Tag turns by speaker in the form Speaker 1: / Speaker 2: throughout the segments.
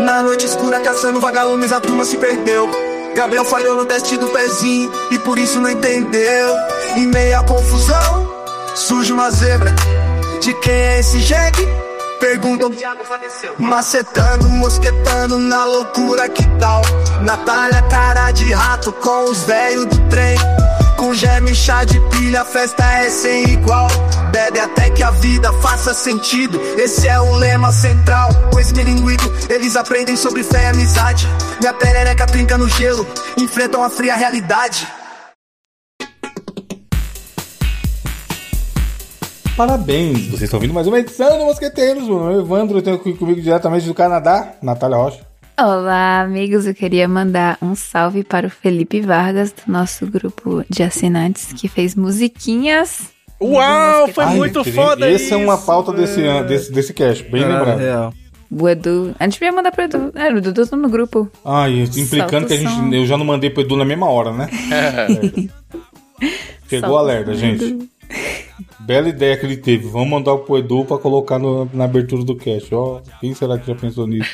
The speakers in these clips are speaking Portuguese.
Speaker 1: na noite escura caçando vagalumes, a turma se perdeu. Gabriel falhou no teste do pezinho e por isso não entendeu. Em meia confusão, surge uma zebra. De quem é esse jegue? Perguntam, macetando, mosquetando na loucura, que tal? Natália, cara de rato com os velhos do trem. Com geme, chá de pilha, a festa é sem igual. Bebe até que a vida faça sentido. Esse é o lema central. Pois miringuido, eles aprendem sobre fé e amizade. Minha perereca trinca no gelo, enfrentam a fria realidade.
Speaker 2: Parabéns, vocês estão ouvindo mais uma edição do Mosqueteiros. Meu nome é Evandro, eu tenho aqui comigo diretamente do Canadá, Natália Rocha.
Speaker 3: Olá, amigos. Eu queria mandar um salve para o Felipe Vargas, do nosso grupo de assinantes, que fez musiquinhas.
Speaker 4: Uau, foi
Speaker 2: Ai,
Speaker 4: É muito
Speaker 2: que lindo.
Speaker 4: foda
Speaker 2: Essa
Speaker 4: isso.
Speaker 2: é uma pauta desse, ano, desse, desse cast, bem lembrado.
Speaker 4: real.
Speaker 3: O Edu. A gente ia mandar pro Edu. É, o Dudu tá no grupo.
Speaker 2: Ai, isso implicando
Speaker 3: Solta
Speaker 2: que a
Speaker 3: o
Speaker 2: gente,
Speaker 3: som.
Speaker 2: eu já não mandei pro Edu na mesma hora, né? Chegou o
Speaker 3: Solta
Speaker 2: alerta,
Speaker 3: o
Speaker 2: gente.
Speaker 3: Edu.
Speaker 2: Bela ideia que ele teve. Vamos mandar pro Edu pra colocar no- na abertura do cast. Ó, quem será que já pensou nisso?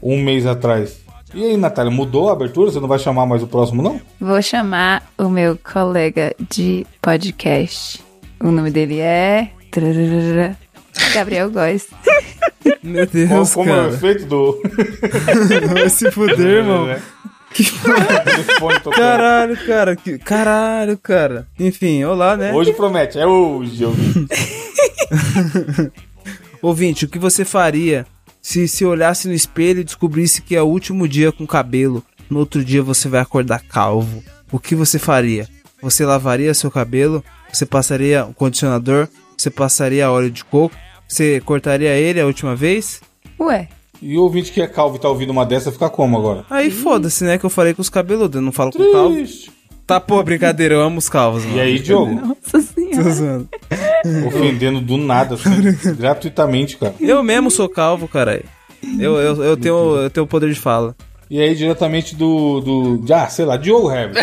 Speaker 2: um mês atrás. E aí, Natália, mudou a abertura? Você não vai chamar mais o próximo, não?
Speaker 3: Vou chamar o meu colega de podcast. O nome dele é. Trararara, Gabriel Góes.
Speaker 4: Meu
Speaker 2: Como,
Speaker 4: Deus,
Speaker 2: como é o
Speaker 4: cara.
Speaker 2: efeito do.
Speaker 4: Vai se fuder, irmão.
Speaker 2: É, né? Telefone tocando.
Speaker 4: Caralho, cara. que- Caralho, cara. Enfim, olá, né?
Speaker 2: Hoje promete, é hoje. Eu...
Speaker 4: Ouvinte, o que você faria se se olhasse no espelho e descobrisse que é o último dia com cabelo? No outro dia você vai acordar calvo. O que você faria? Você lavaria seu cabelo? Você passaria o condicionador? Você passaria óleo de coco? Você cortaria ele a última vez?
Speaker 3: Ué,
Speaker 2: E o ouvinte que é calvo e tá ouvindo uma dessa, fica como agora?
Speaker 4: Aí foda-se, né? Que eu falei com os cabeludos, eu não falo com calvo.
Speaker 2: Triste.
Speaker 4: Tá, pô, brincadeira, eu amo os calvos, mano.
Speaker 2: E aí,
Speaker 4: né?
Speaker 2: Diogo?
Speaker 3: nossa
Speaker 4: Tô
Speaker 3: senhora.
Speaker 4: zoando.
Speaker 2: Ofendendo do nada, assim, gratuitamente, cara.
Speaker 4: Eu mesmo sou calvo, caralho. Eu, eu, eu, tenho, eu tenho o poder de fala.
Speaker 2: E aí, diretamente do. do de- ah, sei lá, Diogo Herbert.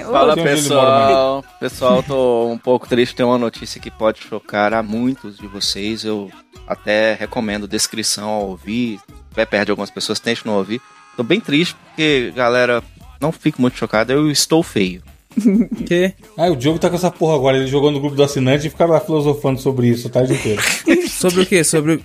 Speaker 5: Fala
Speaker 2: Tem onde ele
Speaker 5: pessoal, pessoal, tô um pouco triste. Tem uma notícia que pode chocar a muitos de vocês. Eu até recomendo descrição ao ouvir. Vai perder algumas pessoas, tente não ouvir. Tô bem triste porque, galera, não fico muito chocado. Eu estou feio.
Speaker 4: Que?
Speaker 2: Ah, o Diogo tá com essa porra agora. Ele jogou no grupo do assinante e ficaram lá filosofando sobre isso a tarde inteira.
Speaker 4: Sobre o quê? Sobre o...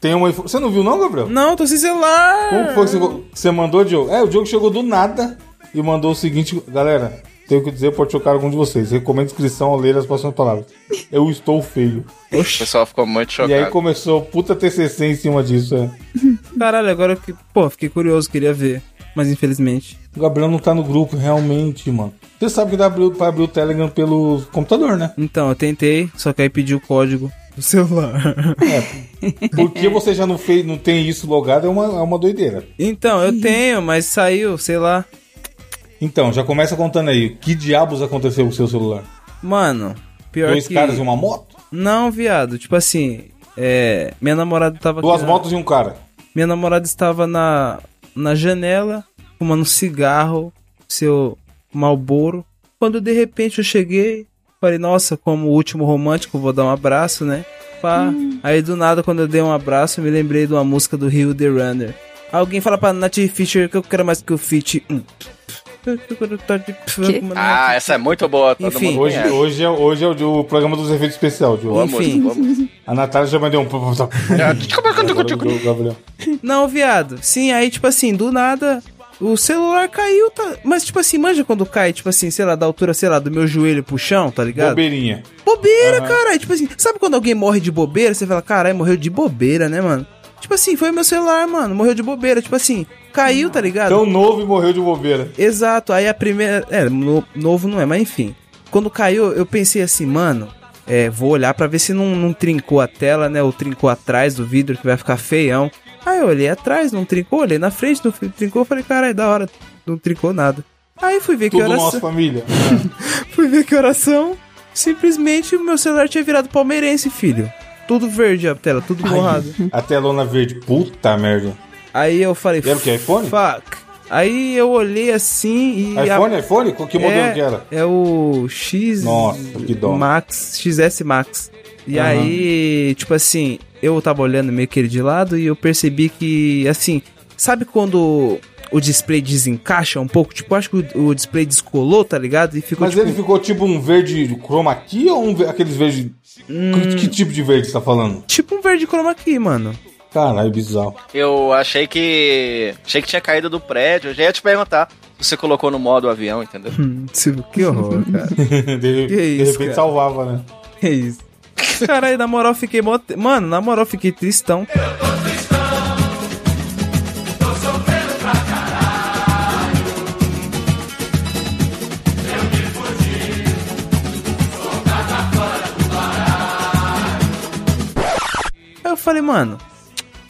Speaker 2: Tem uma. info- Você não viu, não, Gabriel?
Speaker 4: Não, tô sem celular!
Speaker 2: Como que foi que você- que você mandou, Diogo? É, o Diogo chegou do nada e mandou o seguinte, galera. Tenho que dizer, pode chocar algum de vocês. Recomendo inscrição ao ler as próximas palavras. Eu estou feio.
Speaker 5: O pessoal ficou muito
Speaker 2: E aí
Speaker 5: chocado.
Speaker 2: começou puta TCC em cima disso. É.
Speaker 4: Caralho, agora que. Pô, fiquei curioso, queria ver. Mas infelizmente.
Speaker 2: O Gabriel não tá no grupo, realmente, mano. Você sabe que dá pra abrir- pra abrir o Telegram pelo computador, né?
Speaker 4: Então, eu tentei, só que aí pedi o código do celular.
Speaker 2: Porque você já não, fez, não tem isso logado é uma, é uma doideira.
Speaker 4: então, eu tenho, mas saiu, sei lá.
Speaker 2: Então, já começa contando aí. Que diabos aconteceu com o seu celular?
Speaker 4: Mano, pior
Speaker 2: Dois
Speaker 4: que.
Speaker 2: caras um- e uma moto?
Speaker 4: Não, viado. Tipo assim, é. Minha namorada tava.
Speaker 2: Duas
Speaker 4: aqui na-
Speaker 2: motos e um cara.
Speaker 4: Minha namorada estava na, na janela, fumando um cigarro, seu malboro. Quando de repente eu cheguei, falei, nossa, como último romântico, vou dar um abraço, né? Pá. Aí do nada, quando eu dei um abraço, eu me lembrei de uma música do Rio The Runner. Alguém fala pra Nath Fisher que eu quero mais que o Fit. Hum.
Speaker 5: Ah, essa é muito boa. Todo
Speaker 4: Enfim.
Speaker 5: mundo
Speaker 2: Hoje,
Speaker 5: conhece.
Speaker 2: hoje é, hoje é o, de- o programa dos efeitos especiais, Diogo.
Speaker 5: Vamos,
Speaker 4: Enfim.
Speaker 5: vamos.
Speaker 2: A Natália já mandou um.
Speaker 4: Ah,
Speaker 2: Agora o Diogo, Gabriel.
Speaker 4: Não, viado. Sim, aí, tipo assim, do nada, o celular caiu, tá... Mas, tipo assim, manja quando cai, tipo assim, sei lá, da altura, sei lá, do meu joelho pro chão, tá ligado?
Speaker 2: Bobeirinha.
Speaker 4: Bobeira, cara. Tipo assim, sabe quando alguém morre de bobeira? Você fala, caralho, morreu de bobeira, né, mano? Tipo assim, foi meu celular, mano. Morreu de bobeira. Tipo assim, caiu, tá ligado?
Speaker 2: Tão novo e morreu de bobeira.
Speaker 4: Exato. Aí a primeira. É, no- novo não é, mas enfim. Quando caiu, eu pensei assim, mano. É, vou olhar pra ver se não, não trincou a tela, né? Ou trincou atrás do vidro, que vai ficar feião. Aí eu olhei atrás, não trincou, olhei na frente, não trincou, falei, caralho, da hora, não trincou nada. Aí fui ver que
Speaker 2: Tudo
Speaker 4: horas.
Speaker 2: nossa família.
Speaker 4: Fui ver que oração. Simplesmente o meu celular tinha virado palmeirense, filho. Tudo verde a tela, tudo borrado.
Speaker 2: A telona verde. Puta merda.
Speaker 4: Aí eu falei.
Speaker 2: E era o que, é iPhone?
Speaker 4: Fuck. Aí eu olhei assim e. a-
Speaker 2: iPhone, iPhone? Que modelo
Speaker 4: é,
Speaker 2: que era?
Speaker 4: É o X.
Speaker 2: Nossa, que dó.
Speaker 4: Max, XS Max. E aí, tipo assim, eu tava olhando meio que ele de lado e eu percebi que, assim, sabe quando o display desencaixa um pouco? Tipo, eu acho que o, o display descolou, tá ligado? E ficou
Speaker 2: Mas
Speaker 4: tipo,
Speaker 2: ele ficou tipo um verde chroma key ou um ve- aqueles verde.
Speaker 4: Hum.
Speaker 2: Que, que tipo de verde você tá falando?
Speaker 4: tipo um verde chroma aqui, mano.
Speaker 2: Caralho, bizarro.
Speaker 5: Eu achei que. Achei que tinha caído do prédio. Eu já ia te perguntar se você colocou no modo avião, entendeu?
Speaker 4: Hum, que horror, cara.
Speaker 2: De, de
Speaker 4: Que isso,
Speaker 2: repente
Speaker 4: cara.
Speaker 2: salvava, né?
Speaker 4: Que É isso. Caralho, na moral, fiquei. Mó... te- Mano, na moral, fiquei tristão. Aí eu falei, mano,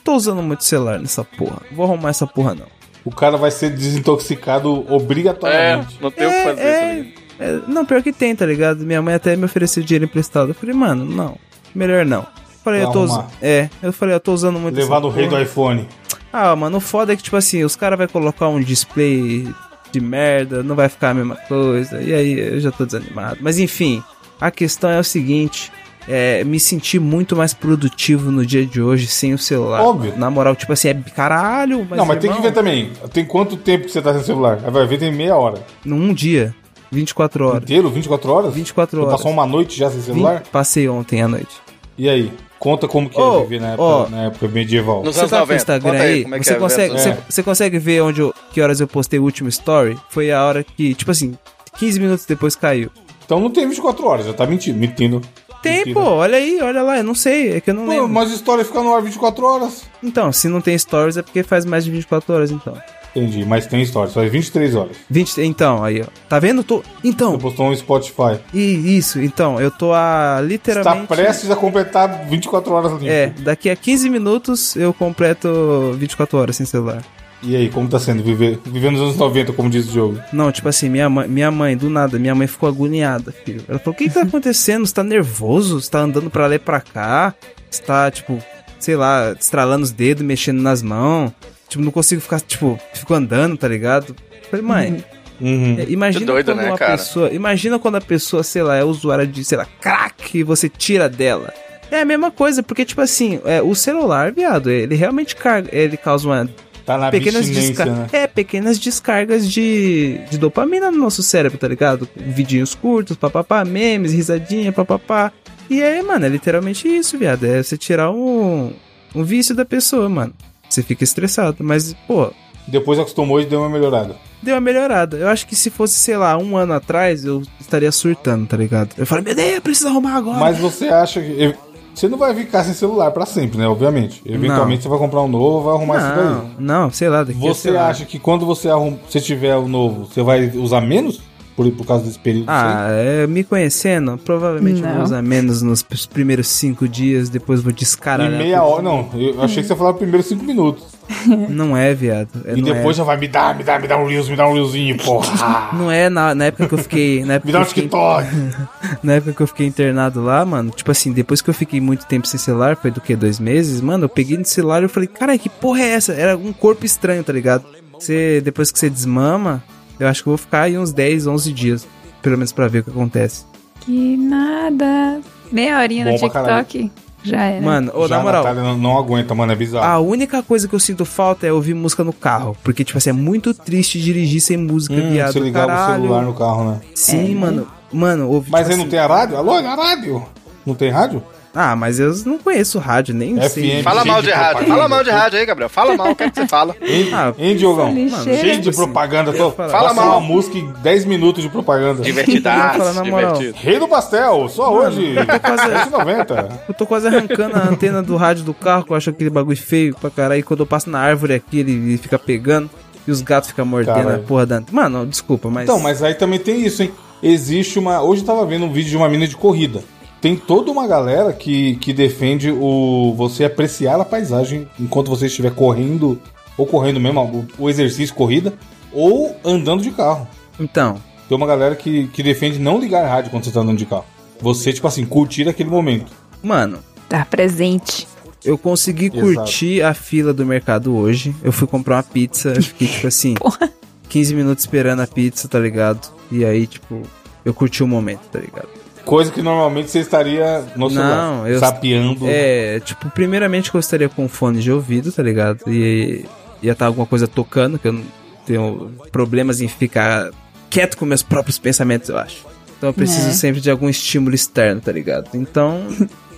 Speaker 4: tô usando muito celular nessa porra. Vou arrumar essa porra, não.
Speaker 2: O cara vai ser desintoxicado
Speaker 5: É,
Speaker 2: obrigatoriamente.
Speaker 5: não tem o que fazer. tá
Speaker 4: é,
Speaker 5: ligado?
Speaker 4: é, não, pior que tem, tá ligado? Minha mãe até me ofereceu dinheiro emprestado. Eu falei, mano, não. Melhor não. Falei,
Speaker 2: Vai
Speaker 4: eu tô
Speaker 2: arrumar.
Speaker 4: usando. É, eu falei, eu tô usando muito.
Speaker 2: Levar
Speaker 4: essa
Speaker 2: no rei do
Speaker 4: porra.
Speaker 2: iPhone.
Speaker 4: Ah, mano, o foda é que, tipo assim, os caras vão colocar um display de merda, não vai ficar a mesma coisa. E aí eu já tô desanimado. Mas enfim, a questão é o seguinte. É, me senti muito mais produtivo no dia de hoje sem o celular.
Speaker 2: Óbvio.
Speaker 4: Na moral, tipo assim, é caralho, mas.
Speaker 2: não, mas tem que
Speaker 4: irmão,
Speaker 2: ver também. Tem quanto tempo que você tá sem celular? Aí vai ver, tem meia hora.
Speaker 4: Num dia, 24 horas.
Speaker 2: Inteiro? 24 horas?
Speaker 4: 24
Speaker 2: Você
Speaker 4: horas.
Speaker 2: Passou uma noite já sem Um celular?
Speaker 4: Vim- Passei ontem à noite.
Speaker 2: E aí? Conta como que
Speaker 4: Ô,
Speaker 2: é viver na época,
Speaker 4: ó.
Speaker 2: na época medieval.
Speaker 5: Nos
Speaker 4: Você
Speaker 5: anos
Speaker 4: tá com o
Speaker 5: 90.
Speaker 4: Instagram
Speaker 5: Conta
Speaker 4: aí,
Speaker 5: como é que
Speaker 4: você,
Speaker 5: é,
Speaker 4: consegue,
Speaker 2: né?
Speaker 4: você,
Speaker 2: É.
Speaker 4: você consegue ver onde eu- que horas eu postei o último story? Foi a hora que, tipo assim, 15 minutos depois caiu.
Speaker 2: Então não tem 24 horas, já tá mentindo. Mentindo.
Speaker 4: Tem,
Speaker 2: Mentira.
Speaker 4: pô, olha aí, olha lá, eu não sei, é que eu não
Speaker 2: Pô,
Speaker 4: lembro.
Speaker 2: mas a história fica no ar 24 horas.
Speaker 4: Então, se não tem stories é porque faz mais de 24 horas, então.
Speaker 2: Entendi, mas tem história, só é 23 horas.
Speaker 4: 20, então, aí, ó. Tá vendo? Tô,
Speaker 2: Você
Speaker 4: então,
Speaker 2: postou um Spotify.
Speaker 4: e isso, então, eu tô a literalmente...
Speaker 2: Está prestes a completar 24 horas limpo.
Speaker 4: É, daqui a 15 minutos eu completo 24 horas sem celular.
Speaker 2: E aí, como tá sendo viver, viver nos anos 90, como diz o jogo?
Speaker 4: Não, tipo assim, minha mãe, minha mãe, do nada, minha mãe ficou agoniada, filho. Ela falou: o que, que tá acontecendo? Você tá nervoso? Você tá andando pra lá e pra cá? Você tá, tipo, sei lá, estralando os dedos, mexendo nas mãos. Tipo, não consigo ficar, tipo, fico andando, tá ligado? Eu falei, mãe,
Speaker 2: Uhum.
Speaker 4: é, imagina
Speaker 5: Que doido,
Speaker 4: quando
Speaker 5: né,
Speaker 4: uma
Speaker 5: cara?
Speaker 4: pessoa. Imagina quando a pessoa, sei lá, é usuária de, sei lá, crack e você tira dela. É a mesma coisa, porque, tipo assim, é, o celular, viado, ele realmente carga, ele causa uma
Speaker 2: Tá na
Speaker 4: pequenas
Speaker 2: abstinência,
Speaker 4: descargas.
Speaker 2: né?
Speaker 4: É, pequenas descargas de, de dopamina no nosso cérebro, tá ligado? Vidinhos curtos, papapá, memes, risadinha, papapá. E aí, mano, é literalmente isso, viado. É você tirar um, um vício da pessoa, mano. Você fica estressado, mas, pô,
Speaker 2: Depois acostumou e deu uma melhorada.
Speaker 4: deu uma melhorada. Eu acho que se fosse, sei lá, um ano atrás, eu estaria surtando, tá ligado? Eu falo, meu Deus, eu preciso arrumar agora.
Speaker 2: Mas você acha que. ev- Você não vai ficar sem celular pra sempre, né? Obviamente. Eventualmente você vai comprar um novo, vai arrumar isso daí.
Speaker 4: não, não, sei lá, daqui a,
Speaker 2: Você
Speaker 4: sei lá.
Speaker 2: acha que quando você, arrum... você tiver o novo, você vai usar menos? Por, por causa desse período?
Speaker 4: Ah, é, me conhecendo, provavelmente eu vou
Speaker 3: Não.
Speaker 4: usar menos nos p- primeiros cinco dias, depois vou
Speaker 2: Em
Speaker 4: descarar.
Speaker 2: meia hora, não. Eu achei que você falava primeiro cinco minutos.
Speaker 4: Não é, viado. É,
Speaker 2: e
Speaker 4: não
Speaker 2: depois
Speaker 4: é.
Speaker 2: já vai me dar, me dá, me dá um reels, me dá um reelzinho, porra.
Speaker 4: Não é na, na época que eu fiquei. Na época
Speaker 2: me dá um
Speaker 4: que eu fiquei-
Speaker 2: TikTok.
Speaker 4: na época que eu fiquei internado lá, mano, tipo assim, depois que eu fiquei muito tempo sem celular, foi do que, dois meses, mano, eu peguei no celular e eu falei, caralho, que porra é essa? Era um corpo estranho, tá ligado? Você, depois que você desmama, eu acho que eu vou ficar aí uns 10, 11 dias, pelo menos pra ver o que acontece.
Speaker 3: Que nada. Meia horinha no
Speaker 2: Bom pra
Speaker 3: TikTok. Já era.
Speaker 4: Mano, ô,
Speaker 2: Já
Speaker 4: na
Speaker 2: a
Speaker 4: moral, Ah,
Speaker 2: Natália não, não aguenta, mano, é bizarro.
Speaker 4: a única coisa que eu sinto falta é ouvir música no carro, porque, tipo assim, é muito triste dirigir sem música,
Speaker 2: Hum,
Speaker 4: viado,
Speaker 2: se ligar o
Speaker 4: caralho.
Speaker 2: celular no carro, né?
Speaker 4: Sim,
Speaker 5: É.
Speaker 4: mano, mano, ouvir...
Speaker 2: Mas
Speaker 4: tipo
Speaker 2: aí não
Speaker 4: assim,
Speaker 2: tem a rádio? Alô, a rádio? Não tem rádio?
Speaker 4: Ah, mas eu não conheço rádio, nem
Speaker 2: FM.
Speaker 4: sei.
Speaker 5: Fala
Speaker 2: Cheio
Speaker 5: mal
Speaker 2: de
Speaker 5: de rádio.
Speaker 2: propaganda.
Speaker 5: Fala mal de rádio aí, Gabriel. Fala mal, o que é que você fala?
Speaker 2: Hein,
Speaker 4: Ah,
Speaker 2: hein Diogão?
Speaker 3: lixeira.
Speaker 4: Mano,
Speaker 2: Cheio de
Speaker 4: tipo assim,
Speaker 2: propaganda. Tô,
Speaker 4: fala-
Speaker 2: fala
Speaker 5: Fala
Speaker 2: uma
Speaker 5: mal.
Speaker 2: música e 10 minutos de propagida.
Speaker 4: Fala na
Speaker 5: Divertidaço,
Speaker 4: moral.
Speaker 5: divertido.
Speaker 2: Rei do pastel, só hoje.
Speaker 4: eu tô quase-
Speaker 2: 7,90.
Speaker 4: Eu tô quase arrancando a antena do rádio do carro, que eu acho aquele bagulho feio pra caralho. E quando eu passo na árvore aqui, ele, ele fica pegando e os gatos ficam mordendo
Speaker 2: Caralho.
Speaker 4: a porra da antena. Mano, desculpa, mas.
Speaker 2: Então, mas aí também tem isso, hein? Existe uma. Hoje eu tava vendo um vídeo de uma mina de corrida. Tem toda uma galera que, que defende o você apreciar a paisagem enquanto você estiver correndo, ou correndo mesmo, o, o exercício corrida, ou andando de carro.
Speaker 4: Então,
Speaker 2: Tem uma galera que, que defende não ligar a rádio quando você tá andando de carro. Você, tipo assim, curtir aquele momento.
Speaker 4: mano,
Speaker 3: Tá presente.
Speaker 4: eu consegui
Speaker 2: Exato.
Speaker 4: curtir a fila do mercado hoje. Eu fui comprar uma pizza, eu fiquei tipo assim, 15 minutos esperando a pizza, tá ligado? E aí, tipo, eu curti o momento, tá ligado?
Speaker 2: Coisa que normalmente você estaria no celular,
Speaker 4: Não, eu-
Speaker 2: sapeando.
Speaker 4: É, tipo, primeiramente que eu estaria com fone de ouvido, tá ligado? E ia estar alguma coisa tocando, que eu não tenho problemas em ficar quieto com meus próprios pensamentos, eu acho. Então eu preciso
Speaker 3: Né.
Speaker 4: sempre de algum estímulo externo, tá ligado? Então,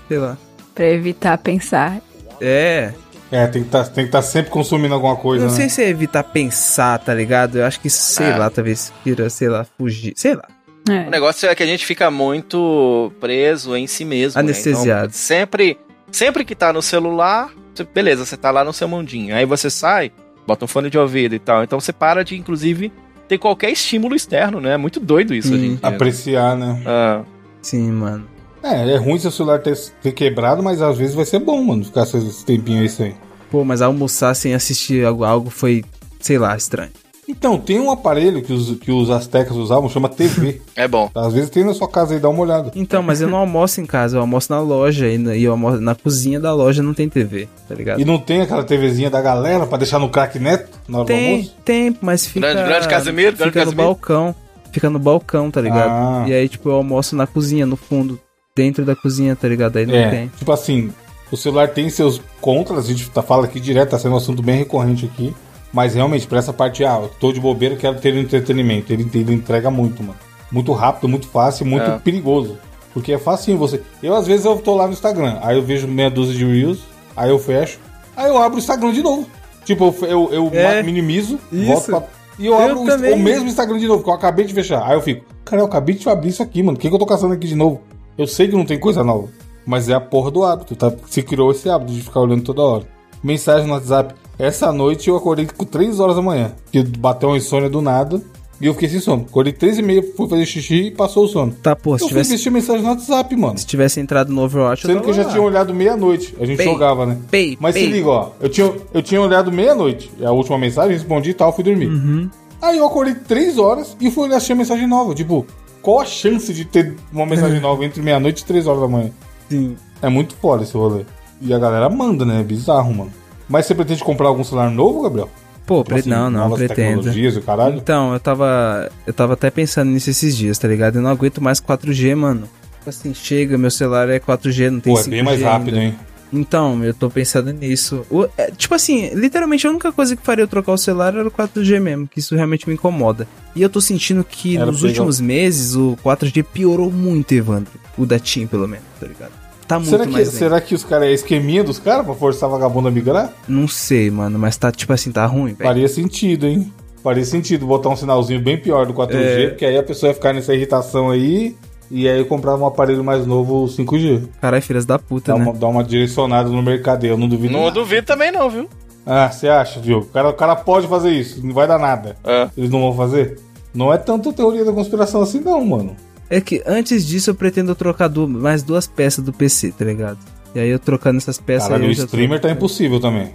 Speaker 4: sei lá.
Speaker 3: Pra evitar pensar.
Speaker 4: É,
Speaker 2: É, tem que tá, estar sempre consumindo alguma coisa,
Speaker 4: não
Speaker 2: né? É.
Speaker 4: sei se é evitar pensar, tá ligado? Eu acho que, sei
Speaker 5: Ah.
Speaker 4: lá, talvez queira, sei lá, fugir, sei lá.
Speaker 5: O
Speaker 3: É.
Speaker 5: negócio é que a gente fica muito preso em si mesmo. né?
Speaker 4: Anestesiado.
Speaker 5: Então, sempre, sempre que tá no celular, você- beleza, você tá lá no seu mundinho. Aí você sai, bota um fone de ouvido e tal. Então você para de, inclusive, ter qualquer estímulo externo, né? É muito doido isso,
Speaker 4: Hum.
Speaker 5: hoje em dia.
Speaker 2: Apreciar, né?
Speaker 5: Ah,
Speaker 4: Sim, mano.
Speaker 2: É, é ruim seu celular ter, ter quebrado, mas às vezes vai ser bom, mano, ficar esse- esse tempinho aí sem.
Speaker 4: Pô, mas almoçar sem assistir algo, algo foi, sei lá, estranho.
Speaker 2: Então, tem um aparelho que os, que os astecas usavam, chama TV.
Speaker 5: é bom.
Speaker 2: Às vezes tem na sua casa aí, dá uma olhada.
Speaker 4: Então, mas eu não almoço em casa, eu almoço na loja e na, e eu almoço, na cozinha da loja não tem TV, tá ligado?
Speaker 2: E não tem aquela TVzinha da galera pra deixar no crack neto na hora do
Speaker 4: tem,
Speaker 2: almoço?
Speaker 4: tem, mas fica.
Speaker 5: Grande- grande Casimiro,
Speaker 4: fica
Speaker 5: grande
Speaker 4: no
Speaker 5: Casimiro.
Speaker 4: balcão. Fica no balcão, tá ligado?
Speaker 2: Ah.
Speaker 4: E aí, tipo, eu almoço na cozinha, no fundo, dentro da cozinha, tá ligado? Aí não
Speaker 2: é,
Speaker 4: tem.
Speaker 2: tipo assim, o celular tem seus contras, a gente tá, fala aqui direto, tá sendo um assunto bem recorrente aqui. Mas realmente, pra essa parte, ah, eu tô de bobeira, quero ter um entretenimento. Ele, ele entrega muito, mano. Muito rápido, muito fácil, e muito
Speaker 5: É.
Speaker 2: perigoso. Porque é facinho você. Eu, às vezes, eu tô lá no Instagram, aí eu vejo meia dúzia de Reels, aí eu fecho, aí eu abro o Instagram de novo. Tipo, eu, eu, eu
Speaker 4: É.
Speaker 2: ma- minimizo,
Speaker 4: Isso.
Speaker 2: volto pra. E eu,
Speaker 4: Eu
Speaker 2: abro o Insta-
Speaker 4: também.
Speaker 2: o mesmo Instagram de novo, que eu acabei de fechar. Aí eu fico, cara, eu acabei de abrir isso aqui, mano. O que, que eu tô caçando aqui de novo? Eu sei que não tem coisa nova, mas é a porra do hábito, tá? Se criou esse hábito de ficar olhando toda hora. Mensagem no WhatsApp. Essa noite eu acordei com 3 horas da manhã, que bateu uma insônia do nada, e eu fiquei sem sono. Acordei 3 e meia, fui fazer xixi e passou o sono.
Speaker 4: Tá, pô, se
Speaker 2: eu fui
Speaker 4: tivesse,
Speaker 2: investir mensagem no WhatsApp, mano.
Speaker 4: se tivesse entrado no Overwatch,
Speaker 2: Sendo
Speaker 4: eu
Speaker 2: que eu
Speaker 4: tava
Speaker 2: já
Speaker 4: lá.
Speaker 2: tinha um olhado meia-noite. A gente
Speaker 4: Bem,
Speaker 2: jogava, né?
Speaker 4: bem,
Speaker 2: Mas se
Speaker 4: bem.
Speaker 2: liga, ó. Eu tinha, eu tinha olhado meia-noite. é A última mensagem, respondi e tal, fui dormir.
Speaker 4: Uhum.
Speaker 2: Aí eu acordei três horas e fui olhar, achei a mensagem nova. Tipo, qual a chance de ter uma mensagem nova entre meia-noite e três horas da manhã?
Speaker 4: Sim.
Speaker 2: É muito foda esse rolê. E a galera manda, né? É bizarro, mano. Mas você pretende comprar algum celular novo, Gabriel?
Speaker 4: Pô,
Speaker 2: Tipo
Speaker 4: pre-
Speaker 2: assim,
Speaker 4: não, não,
Speaker 2: novas
Speaker 4: pretendo.
Speaker 2: tecnologias e o caralho?
Speaker 4: Então, eu tava. Eu tava até pensando nisso esses dias, tá ligado? Eu não aguento mais 4G, mano. Tipo Assim, chega, meu celular é 4G, não tem
Speaker 2: Pô, é bem
Speaker 4: 5G
Speaker 2: mais rápido,
Speaker 4: ainda.
Speaker 2: hein?
Speaker 4: Então, eu tô pensando nisso. O- é, tipo assim, literalmente a única coisa que faria eu trocar o celular era o 4G mesmo, que isso realmente me incomoda. E eu tô sentindo que
Speaker 2: Era
Speaker 4: nos
Speaker 2: pegar-
Speaker 4: últimos meses o 4G piorou muito, Evandro. O da TIM, pelo menos, tá ligado? Tá muito
Speaker 2: Será que,
Speaker 4: mais lento.
Speaker 2: será que os caras é esqueminha dos caras pra forçar vagabundo a migrar?
Speaker 4: Não sei, mano, mas tá tipo assim, tá ruim, velho.
Speaker 2: Faria sentido, hein? Faria sentido botar um sinalzinho bem pior do 4G, porque aí a pessoa ia ficar nessa irritação aí e aí eu comprava um aparelho mais novo 5G.
Speaker 4: Caralho, filhas da puta,
Speaker 2: Dá,
Speaker 4: né?
Speaker 2: uma, dá uma direcionada no mercado, eu não duvido.
Speaker 5: Não
Speaker 2: nada.
Speaker 5: duvido também não, viu?
Speaker 2: Ah, você acha, Diogo? O cara, o cara pode fazer isso, não vai dar nada.
Speaker 5: É.
Speaker 2: Eles não vão fazer? Não é tanto teoria da conspiração assim, não, mano.
Speaker 4: É que antes disso eu pretendo trocar du- mais duas peças do PC, tá ligado? E aí eu trocando essas peças
Speaker 2: Caralho,
Speaker 4: aí.
Speaker 2: o
Speaker 4: eu já tô-
Speaker 2: streamer tá impossível também.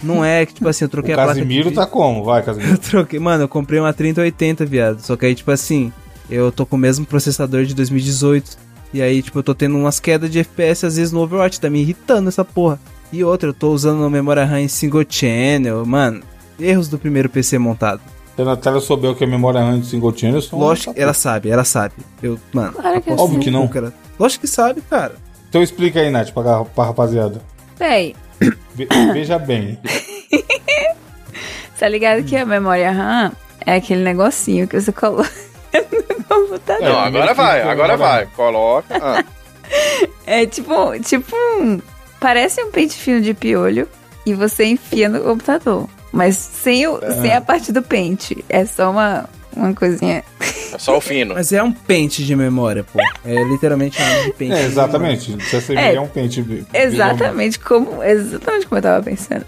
Speaker 4: Não é que, tipo assim, eu troquei
Speaker 2: o
Speaker 4: a placa. de
Speaker 2: Casimiro
Speaker 4: vídeo.
Speaker 2: tá como? Vai, Casimiro.
Speaker 4: Eu troquei, mano, eu comprei uma 3080, viado. Só que aí, tipo assim, eu tô com o mesmo processador de 2018. E aí, tipo, eu tô tendo umas quedas de FPS às vezes no Overwatch, tá me irritando essa porra. E outra, eu tô usando uma memória RAM em single channel, mano. Erros do primeiro PC montado.
Speaker 2: Se a Natália souber o que é memória RAM de single channel, eu sou um
Speaker 4: Lógico,
Speaker 2: sapo.
Speaker 4: ela sabe, ela sabe. Eu, mano,
Speaker 3: Claro que eu
Speaker 4: aposto
Speaker 2: Óbvio
Speaker 3: sei.
Speaker 2: que não.
Speaker 4: no cu, cara. Lógico que sabe, cara.
Speaker 2: Então explica aí, Nath, pra, gar- pra rapaziada.
Speaker 3: Véi,
Speaker 2: Ve- Veja bem.
Speaker 3: tá ligado que a memória RAM é aquele negocinho que você coloca no
Speaker 4: É,
Speaker 3: computador.
Speaker 5: Não,
Speaker 2: É.
Speaker 5: agora vai, agora
Speaker 2: Agora-
Speaker 5: vai. Coloca. Ah,
Speaker 3: É tipo, tipo um. Parece um pente fino de piolho e você enfia no computador. Mas sem,
Speaker 2: É.
Speaker 3: o, sem a parte do pente. É só uma, uma coisinha.
Speaker 5: é só o fino.
Speaker 4: Mas é um pente de memória, pô. É literalmente um pente.
Speaker 2: É,
Speaker 4: de
Speaker 2: exatamente. Você assemelha
Speaker 3: É.
Speaker 2: um pente. vi-
Speaker 3: Exatamente como. Exatamente como eu tava pensando.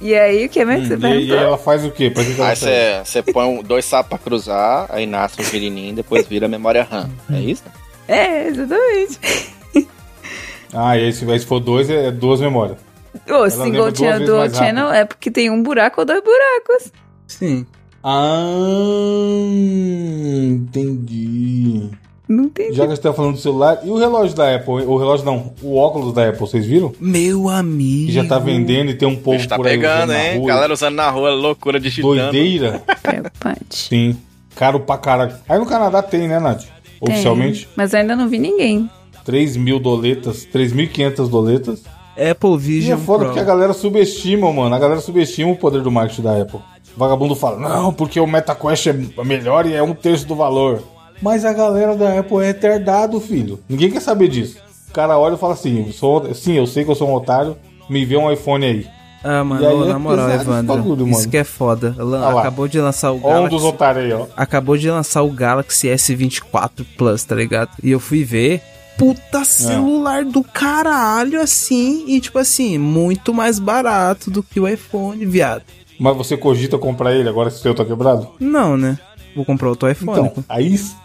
Speaker 3: E aí, o que é mesmo que você
Speaker 2: visualmente. Hum, E, e
Speaker 3: perguntou?
Speaker 2: ela faz o quê? Pra que que ela
Speaker 5: Aí
Speaker 2: serve?
Speaker 5: você você põe um- dois sapos pra cruzar, aí nasce um virininho, depois vira a memória RAM. É isso?
Speaker 3: É, exatamente.
Speaker 2: Ah, e aí se, aí se for dois, é, é duas memórias.
Speaker 3: O
Speaker 2: lembra
Speaker 3: single
Speaker 2: duas
Speaker 3: channel
Speaker 2: vezes
Speaker 3: dual
Speaker 2: mais
Speaker 3: channel é porque tem um buraco ou dois buracos.
Speaker 4: memória. Sim.
Speaker 2: Ah, entendi.
Speaker 3: Não tem.
Speaker 2: Já que a gente tá falando do celular, e o relógio da Apple? hein? O relógio não, o óculos da Apple, vocês viram?
Speaker 4: Meu amigo.
Speaker 2: Que já tá vendendo e tem um
Speaker 5: A
Speaker 2: povo
Speaker 5: gente tá
Speaker 2: por aí
Speaker 5: pegando,
Speaker 2: usando
Speaker 5: hein?
Speaker 2: na rua.
Speaker 5: Galera usando na rua, loucura digitando.
Speaker 2: Doideira.
Speaker 3: Preocupante.
Speaker 2: Sim. Caro pra caralho. Aí no Canadá tem, né, Nath? oficialmente.
Speaker 3: Mas eu ainda não vi ninguém.
Speaker 2: 3 mil doletas, 3.500 doletas.
Speaker 4: Apple
Speaker 2: E é
Speaker 4: Vision
Speaker 2: foda
Speaker 4: Pro.
Speaker 2: porque a galera subestima, mano. A galera subestima o poder do marketing da Apple. Vagabundo fala, não, porque o MetaQuest é melhor e é um terço do valor. Mas a galera da Apple é retardado, filho. Ninguém quer saber disso. O cara olha e fala assim, sou, sim, eu sei que eu sou um otário, me vê um iPhone aí.
Speaker 4: Ah,
Speaker 2: E
Speaker 4: mano,
Speaker 2: aí é
Speaker 4: na moral,
Speaker 2: pesado esse
Speaker 4: Evandro,
Speaker 2: bagulho,
Speaker 4: isso
Speaker 2: mano.
Speaker 4: que é foda. Lan-
Speaker 2: Ah lá.
Speaker 4: acabou de lançar o
Speaker 2: Ó um dos
Speaker 4: Galaxy,
Speaker 2: otários aí, ó.
Speaker 4: acabou de lançar o Galaxy S24 Plus, tá ligado? E eu fui ver,
Speaker 2: É.
Speaker 4: puta celular do caralho assim, e tipo assim, muito mais barato do que o iPhone, viado.
Speaker 2: Mas você cogita comprar ele agora que o seu tá quebrado?
Speaker 4: Não, né? Vou comprar outro iPhone.
Speaker 2: Então, aí,
Speaker 4: isso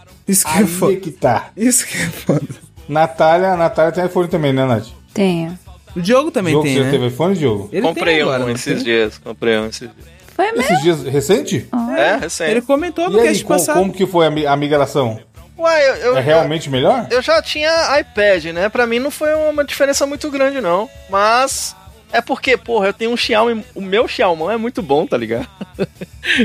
Speaker 4: que é
Speaker 2: aí é
Speaker 4: foda.
Speaker 2: que tá.
Speaker 4: Isso que é foda.
Speaker 2: Natália, Natália tem iPhone também, né, Nath?
Speaker 3: Tenho.
Speaker 4: O Diogo também
Speaker 2: Diogo,
Speaker 4: tem,
Speaker 2: você
Speaker 4: né?
Speaker 2: já teve iPhone, Diogo?
Speaker 4: Ele
Speaker 5: comprei
Speaker 4: tem agora,
Speaker 5: um
Speaker 4: não
Speaker 5: esses
Speaker 4: tem?
Speaker 5: dias, comprei um esses dias.
Speaker 3: Foi mesmo.
Speaker 2: Esses dias, recente?
Speaker 5: É, recente.
Speaker 4: Ele comentou no
Speaker 2: E aí,
Speaker 4: cast
Speaker 2: co- como,
Speaker 4: passado.
Speaker 2: que foi a, mi- a migração?
Speaker 5: Uai, eu, eu,
Speaker 2: É realmente melhor?
Speaker 5: eu já tinha iPad, né? Pra mim não foi uma diferença muito grande, não. Mas é porque, porra, eu tenho um Xiaomi. O meu Xiaomi é muito bom, tá ligado?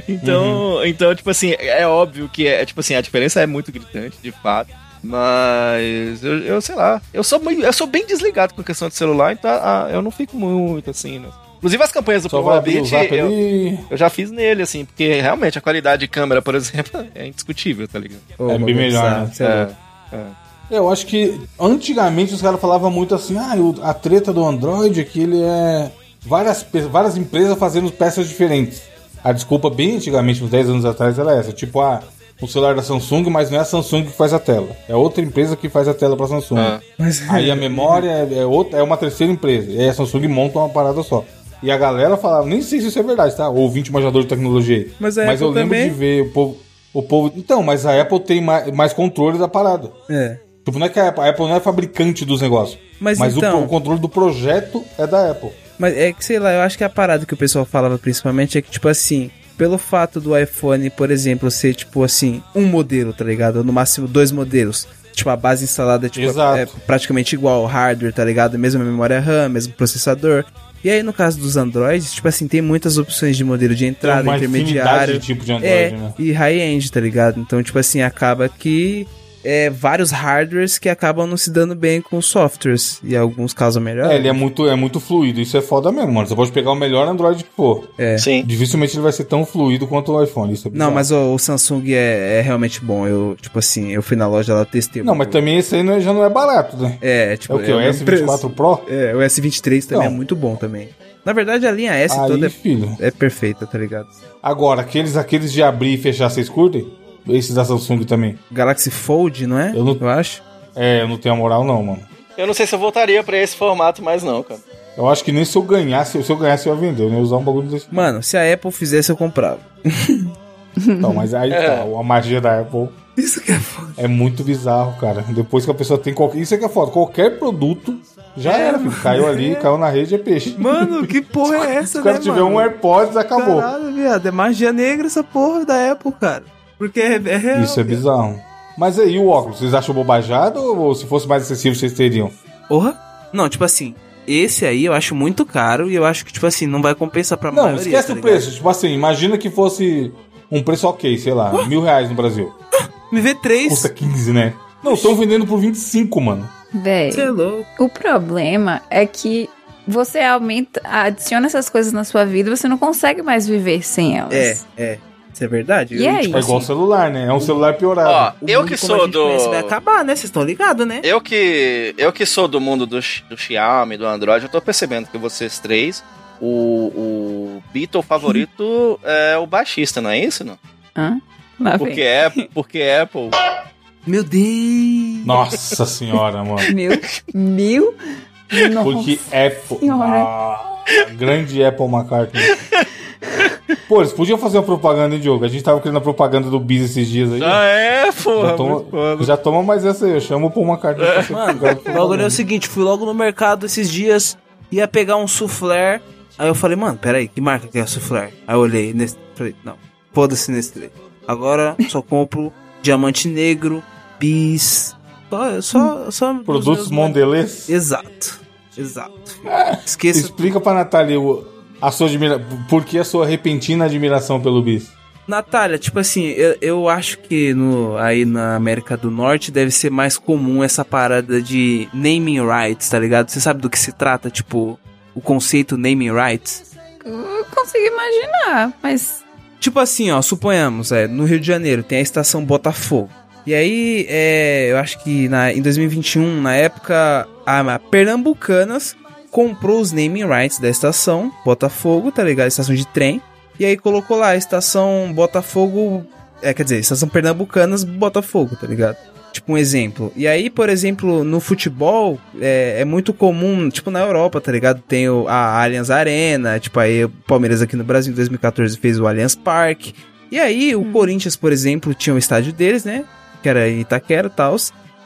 Speaker 5: então,
Speaker 2: Uhum.
Speaker 5: então, tipo assim, é óbvio que é, tipo assim, a diferença é muito gritante, de fato. Mas eu, eu sei lá, eu sou, meio- eu sou bem desligado com questão de celular, então ah, eu não fico muito assim, né? Inclusive as campanhas do
Speaker 2: Só vai abrir o
Speaker 5: Promobit,
Speaker 2: zap
Speaker 5: eu,
Speaker 2: ali.
Speaker 5: eu já fiz nele, assim, porque realmente a qualidade de câmera, por exemplo, é indiscutível, tá ligado?
Speaker 4: Ô,
Speaker 2: É bem melhor,
Speaker 4: bizarro,
Speaker 2: né?
Speaker 4: sei lá.
Speaker 2: Eu acho que antigamente os caras falavam muito assim, ah, o- a treta do Android é que ele é várias, pe- várias empresas fazendo peças diferentes. A desculpa bem antigamente, uns 10 anos atrás, era essa. Tipo, ah, o celular da Samsung, mas não é a Samsung que faz a tela. É outra empresa que faz a tela pra Samsung.
Speaker 5: Ah.
Speaker 4: Mas-
Speaker 2: Aí a memória é, é outra, é uma terceira empresa. E aí a Samsung monta uma parada só. E a galera falava, nem sei se isso é verdade, tá? Ouvinte manjador de tecnologia aí.
Speaker 4: Mas a
Speaker 2: eu
Speaker 4: Apple
Speaker 2: lembro
Speaker 4: também-
Speaker 2: de ver o povo, o povo. Então, mas a Apple tem mais, mais controle da parada.
Speaker 4: É.
Speaker 2: Tipo, não é que a Apple, a Apple não é fabricante dos negócios.
Speaker 4: Mas
Speaker 2: o
Speaker 4: então-
Speaker 2: pro- o controle do projeto é da Apple.
Speaker 4: Mas é que, sei lá, eu acho que a parada que o pessoal falava principalmente é que, tipo assim, pelo fato do iPhone, por exemplo, ser, tipo assim, um modelo, tá ligado? No máximo dois modelos. Tipo, a base instalada tipo,
Speaker 2: Exato.
Speaker 4: é praticamente igual ao hardware, tá ligado? Mesma memória RAM, mesmo processador. E aí, no caso dos Androids, tipo assim, tem muitas opções de modelo de entrada,
Speaker 2: Tem uma infinidade
Speaker 4: intermediário.
Speaker 2: de tipo de Android,
Speaker 4: é,
Speaker 2: né?
Speaker 4: e high-end, tá ligado? Então, tipo assim, acaba que é, vários hardwares que acabam não se dando bem com os softwares. E alguns casos melhor.
Speaker 2: É, ele é muito, é muito fluido. Isso é foda mesmo, mano. Você pode pegar o melhor Android que for.
Speaker 4: É.
Speaker 5: Sim.
Speaker 2: Dificilmente ele vai ser tão fluido quanto o iPhone. Isso é
Speaker 4: Não,
Speaker 2: bizarro.
Speaker 4: mas o, o Samsung é, é realmente bom. Eu, tipo assim, eu fui na loja lá, testei. o
Speaker 2: Não, mas
Speaker 4: bagulho.
Speaker 2: também esse aí não é- já não é barato, né?
Speaker 4: É, é, tipo,
Speaker 2: é o que? o
Speaker 4: mesmo preço.
Speaker 2: S24 Pro?
Speaker 4: É, o S23 também
Speaker 2: Não.
Speaker 4: é muito bom também. Na verdade, a linha S
Speaker 2: Aí,
Speaker 4: toda
Speaker 2: filho.
Speaker 4: é, é perfeita, tá ligado?
Speaker 2: Agora, aqueles, aqueles de abrir e fechar, vocês curtem? Esses da Samsung também.
Speaker 4: Galaxy Fold, não é?
Speaker 2: Eu não-
Speaker 4: acho.
Speaker 2: É, eu não tenho a moral não, mano.
Speaker 5: Eu não sei se eu voltaria pra esse formato mais não, cara.
Speaker 2: Eu acho que nem se eu ganhasse, se eu ganhasse eu ia vender, eu não ia usar um bagulho desse.
Speaker 4: Mano, se a Apple fizesse, eu comprava.
Speaker 2: Então, mas aí tá,
Speaker 4: É.
Speaker 2: a magia da Apple
Speaker 4: Isso que é foda.
Speaker 2: é muito bizarro, cara. Depois que a pessoa tem qualquer... Isso é que é foda, qualquer produto já era, filho. Caiu ali, caiu na rede, é peixe.
Speaker 4: É. Mano, que porra é essa,
Speaker 2: Se o cara
Speaker 4: né,
Speaker 2: tiver
Speaker 4: mano?
Speaker 2: um AirPods, acabou.
Speaker 4: Caralho, viado. É magia negra essa porra da Apple, cara. Porque é, é real.
Speaker 2: Isso é
Speaker 4: viado.
Speaker 2: bizarro. Mas aí, o óculos, vocês acham bobajado ou se fosse mais acessível vocês teriam?
Speaker 4: Porra? Não, tipo assim, esse aí eu acho muito caro e eu acho que, tipo assim, não vai compensar pra
Speaker 2: Não,
Speaker 4: maioria.
Speaker 2: esquece
Speaker 4: tá
Speaker 2: o
Speaker 4: ligado?
Speaker 2: preço. Tipo assim, imagina que fosse um preço ok, sei lá, mil reais no Brasil.
Speaker 4: Me vê três.
Speaker 2: Custa 15, né? Não, estão vendendo por 25, mano.
Speaker 3: Véi.
Speaker 4: Você é louco.
Speaker 3: O problema é que você aumenta, adiciona essas coisas na sua vida, você não consegue mais viver sem elas.
Speaker 4: É, é. Isso é verdade.
Speaker 3: E
Speaker 4: Eu,
Speaker 3: aí?
Speaker 4: tipo,
Speaker 2: É igual celular, né? É um celular piorado.
Speaker 5: Ó,
Speaker 4: o
Speaker 5: eu
Speaker 4: mundo
Speaker 5: que
Speaker 4: como a
Speaker 5: sou
Speaker 4: gente
Speaker 5: do
Speaker 4: conhece Vai acabar, né? Vocês estão ligados, né?
Speaker 5: Eu que eu que sou do mundo do, X- do Xiaomi, do Android, eu tô percebendo que vocês três o, o Beatle favorito é o baixista, não é isso, não?
Speaker 3: Hã? Lá vem.
Speaker 5: Porque é, porque Apple.
Speaker 4: Meu Deus.
Speaker 2: Nossa senhora, mano.
Speaker 3: Meu, meu, nossa.
Speaker 2: Porque Apple.
Speaker 3: Senhora.
Speaker 2: Ah, grande Apple McCartney. Pô, eles podiam fazer uma propaganda, hein, Diogo? A gente tava criando a propaganda do Biz esses dias aí.
Speaker 5: Ah, é,
Speaker 2: já,
Speaker 5: porra. muito
Speaker 2: toma,
Speaker 5: foda.
Speaker 2: já toma mais essa aí, eu chamo o Paul McCartney. pra ser
Speaker 4: Mano,
Speaker 2: propaganda.
Speaker 4: o bagulho é o seguinte, fui logo no mercado esses dias, ia pegar um soufflé, aí eu falei, mano, peraí, que marca que é soufflé? Aí eu olhei, Nestlé, falei, não, foda-se Nestlé. Agora só compro diamante negro, bis, só, só, só
Speaker 2: Produtos
Speaker 4: os meus-
Speaker 2: Mondelez.
Speaker 4: Exato, exato. Esqueça
Speaker 2: Explica pra Natália o- a sua admira... por que a sua repentina admiração pelo Bis.
Speaker 4: Natália, tipo assim, eu, eu acho que no, aí na América do Norte deve ser mais comum essa parada de naming rights, tá ligado? Você sabe do que se trata, tipo, o conceito naming rights?
Speaker 3: Eu consigo imaginar, mas.
Speaker 4: Tipo assim, ó, suponhamos, é, no Rio de Janeiro tem a estação Botafogo. E aí, é, eu acho que na, em 2021, na época, a, a Pernambucanas comprou os naming rights da estação Botafogo, tá ligado? Estação de trem. E aí colocou lá a estação Botafogo. É, quer dizer, estação Pernambucanas Botafogo, tá ligado? Tipo um exemplo. E aí, por exemplo, no futebol, é, é muito comum, tipo na Europa, tá ligado? Tem o, a Allianz Arena, tipo aí o Palmeiras aqui no Brasil em 2014 fez o Allianz Park. E aí o Corinthians, por exemplo, tinha o estádio deles, né? Que era em Itaquera e tal.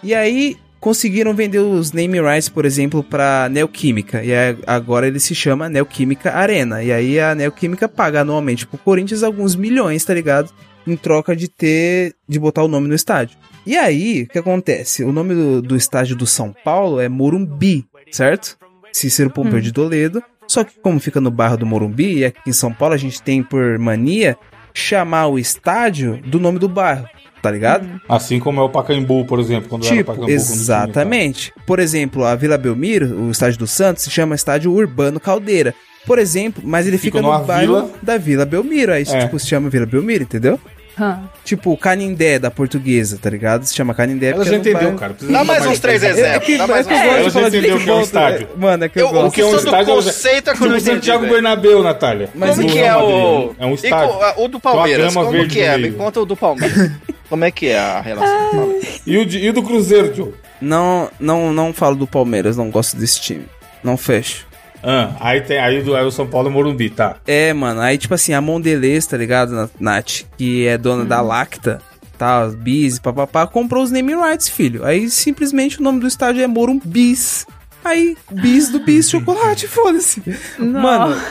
Speaker 4: E aí conseguiram vender os name rights, por exemplo, para Neoquímica. E aí, agora ele se chama Neoquímica Arena. E aí a Neoquímica paga anualmente pro Corinthians alguns milhões, tá ligado? Em troca de ter. de botar o nome no estádio. E aí, o que acontece? O nome do, do estádio do São Paulo é Morumbi, certo? Cícero Pompeu de Toledo. Só que como fica no bairro do Morumbi, e aqui em São Paulo a gente tem por mania chamar o estádio do nome do bairro, tá ligado?
Speaker 2: Assim como é o Pacaembu, por exemplo, quando era o Pacaembu. quando
Speaker 4: Tipo,
Speaker 2: tinha e tal.
Speaker 4: exatamente. Por exemplo, a Vila Belmiro, o estádio do Santos, se chama Estádio Urbano Caldeira. Por exemplo, mas ele fica,
Speaker 2: Fica numa
Speaker 4: no bairro
Speaker 2: vila.
Speaker 4: da Vila Belmiro. Aí,
Speaker 2: É.
Speaker 4: tipo, se chama Vila Belmiro, entendeu?
Speaker 3: hum,
Speaker 4: Tipo, Canindé da portuguesa, tá ligado? Se chama Canindé
Speaker 2: Ela
Speaker 4: porque
Speaker 2: já
Speaker 4: é no
Speaker 2: entendeu,
Speaker 4: bairro-
Speaker 2: cara. Precisa
Speaker 5: Dá
Speaker 2: de
Speaker 5: mais uns três
Speaker 4: É que,
Speaker 5: exemplos.
Speaker 4: é
Speaker 5: Dá mais
Speaker 4: que
Speaker 5: uns
Speaker 4: eu gosto de
Speaker 5: três.
Speaker 2: Ela já
Speaker 4: falar de
Speaker 2: entendeu o que é um
Speaker 4: futebol,
Speaker 2: estádio.
Speaker 4: é- Mano, é que eu,
Speaker 5: Eu-
Speaker 4: gosto.
Speaker 2: O que é um
Speaker 5: Só do
Speaker 2: estádio?
Speaker 5: conceito é que eu
Speaker 2: tipo
Speaker 5: não
Speaker 2: o
Speaker 5: entendi,
Speaker 2: Santiago
Speaker 5: velho.
Speaker 2: Bernabéu, Natália.
Speaker 4: Mas
Speaker 2: Não
Speaker 5: Como
Speaker 4: o
Speaker 5: que é
Speaker 2: uma
Speaker 5: o.
Speaker 2: madeirinha, É um
Speaker 5: E co-
Speaker 2: estádio.
Speaker 5: a-
Speaker 2: Tem
Speaker 5: o do
Speaker 2: uma
Speaker 5: Palmeiras,
Speaker 2: grama
Speaker 5: como
Speaker 2: verde
Speaker 5: que é?
Speaker 2: no
Speaker 5: Me
Speaker 2: meio.
Speaker 5: conta o do Palmeiras. Como é que é a relação?
Speaker 2: E o, de- e o do Cruzeiro, Joe?
Speaker 4: Não, não, não falo do Palmeiras, não gosto desse time. Não fecho.
Speaker 2: Ah, aí, tem, aí, o do, aí o São Paulo é Morumbi, tá.
Speaker 4: É, mano, aí tipo assim, a Mondelez, tá ligado, Na- Nath? Que é dona da Lacta, tá, Bis, papapá, comprou os naming rights, filho. Aí simplesmente o nome do estádio é Morumbis. Aí, Bis do Bis Chocolate, foda-se.
Speaker 3: Não.
Speaker 4: Mano,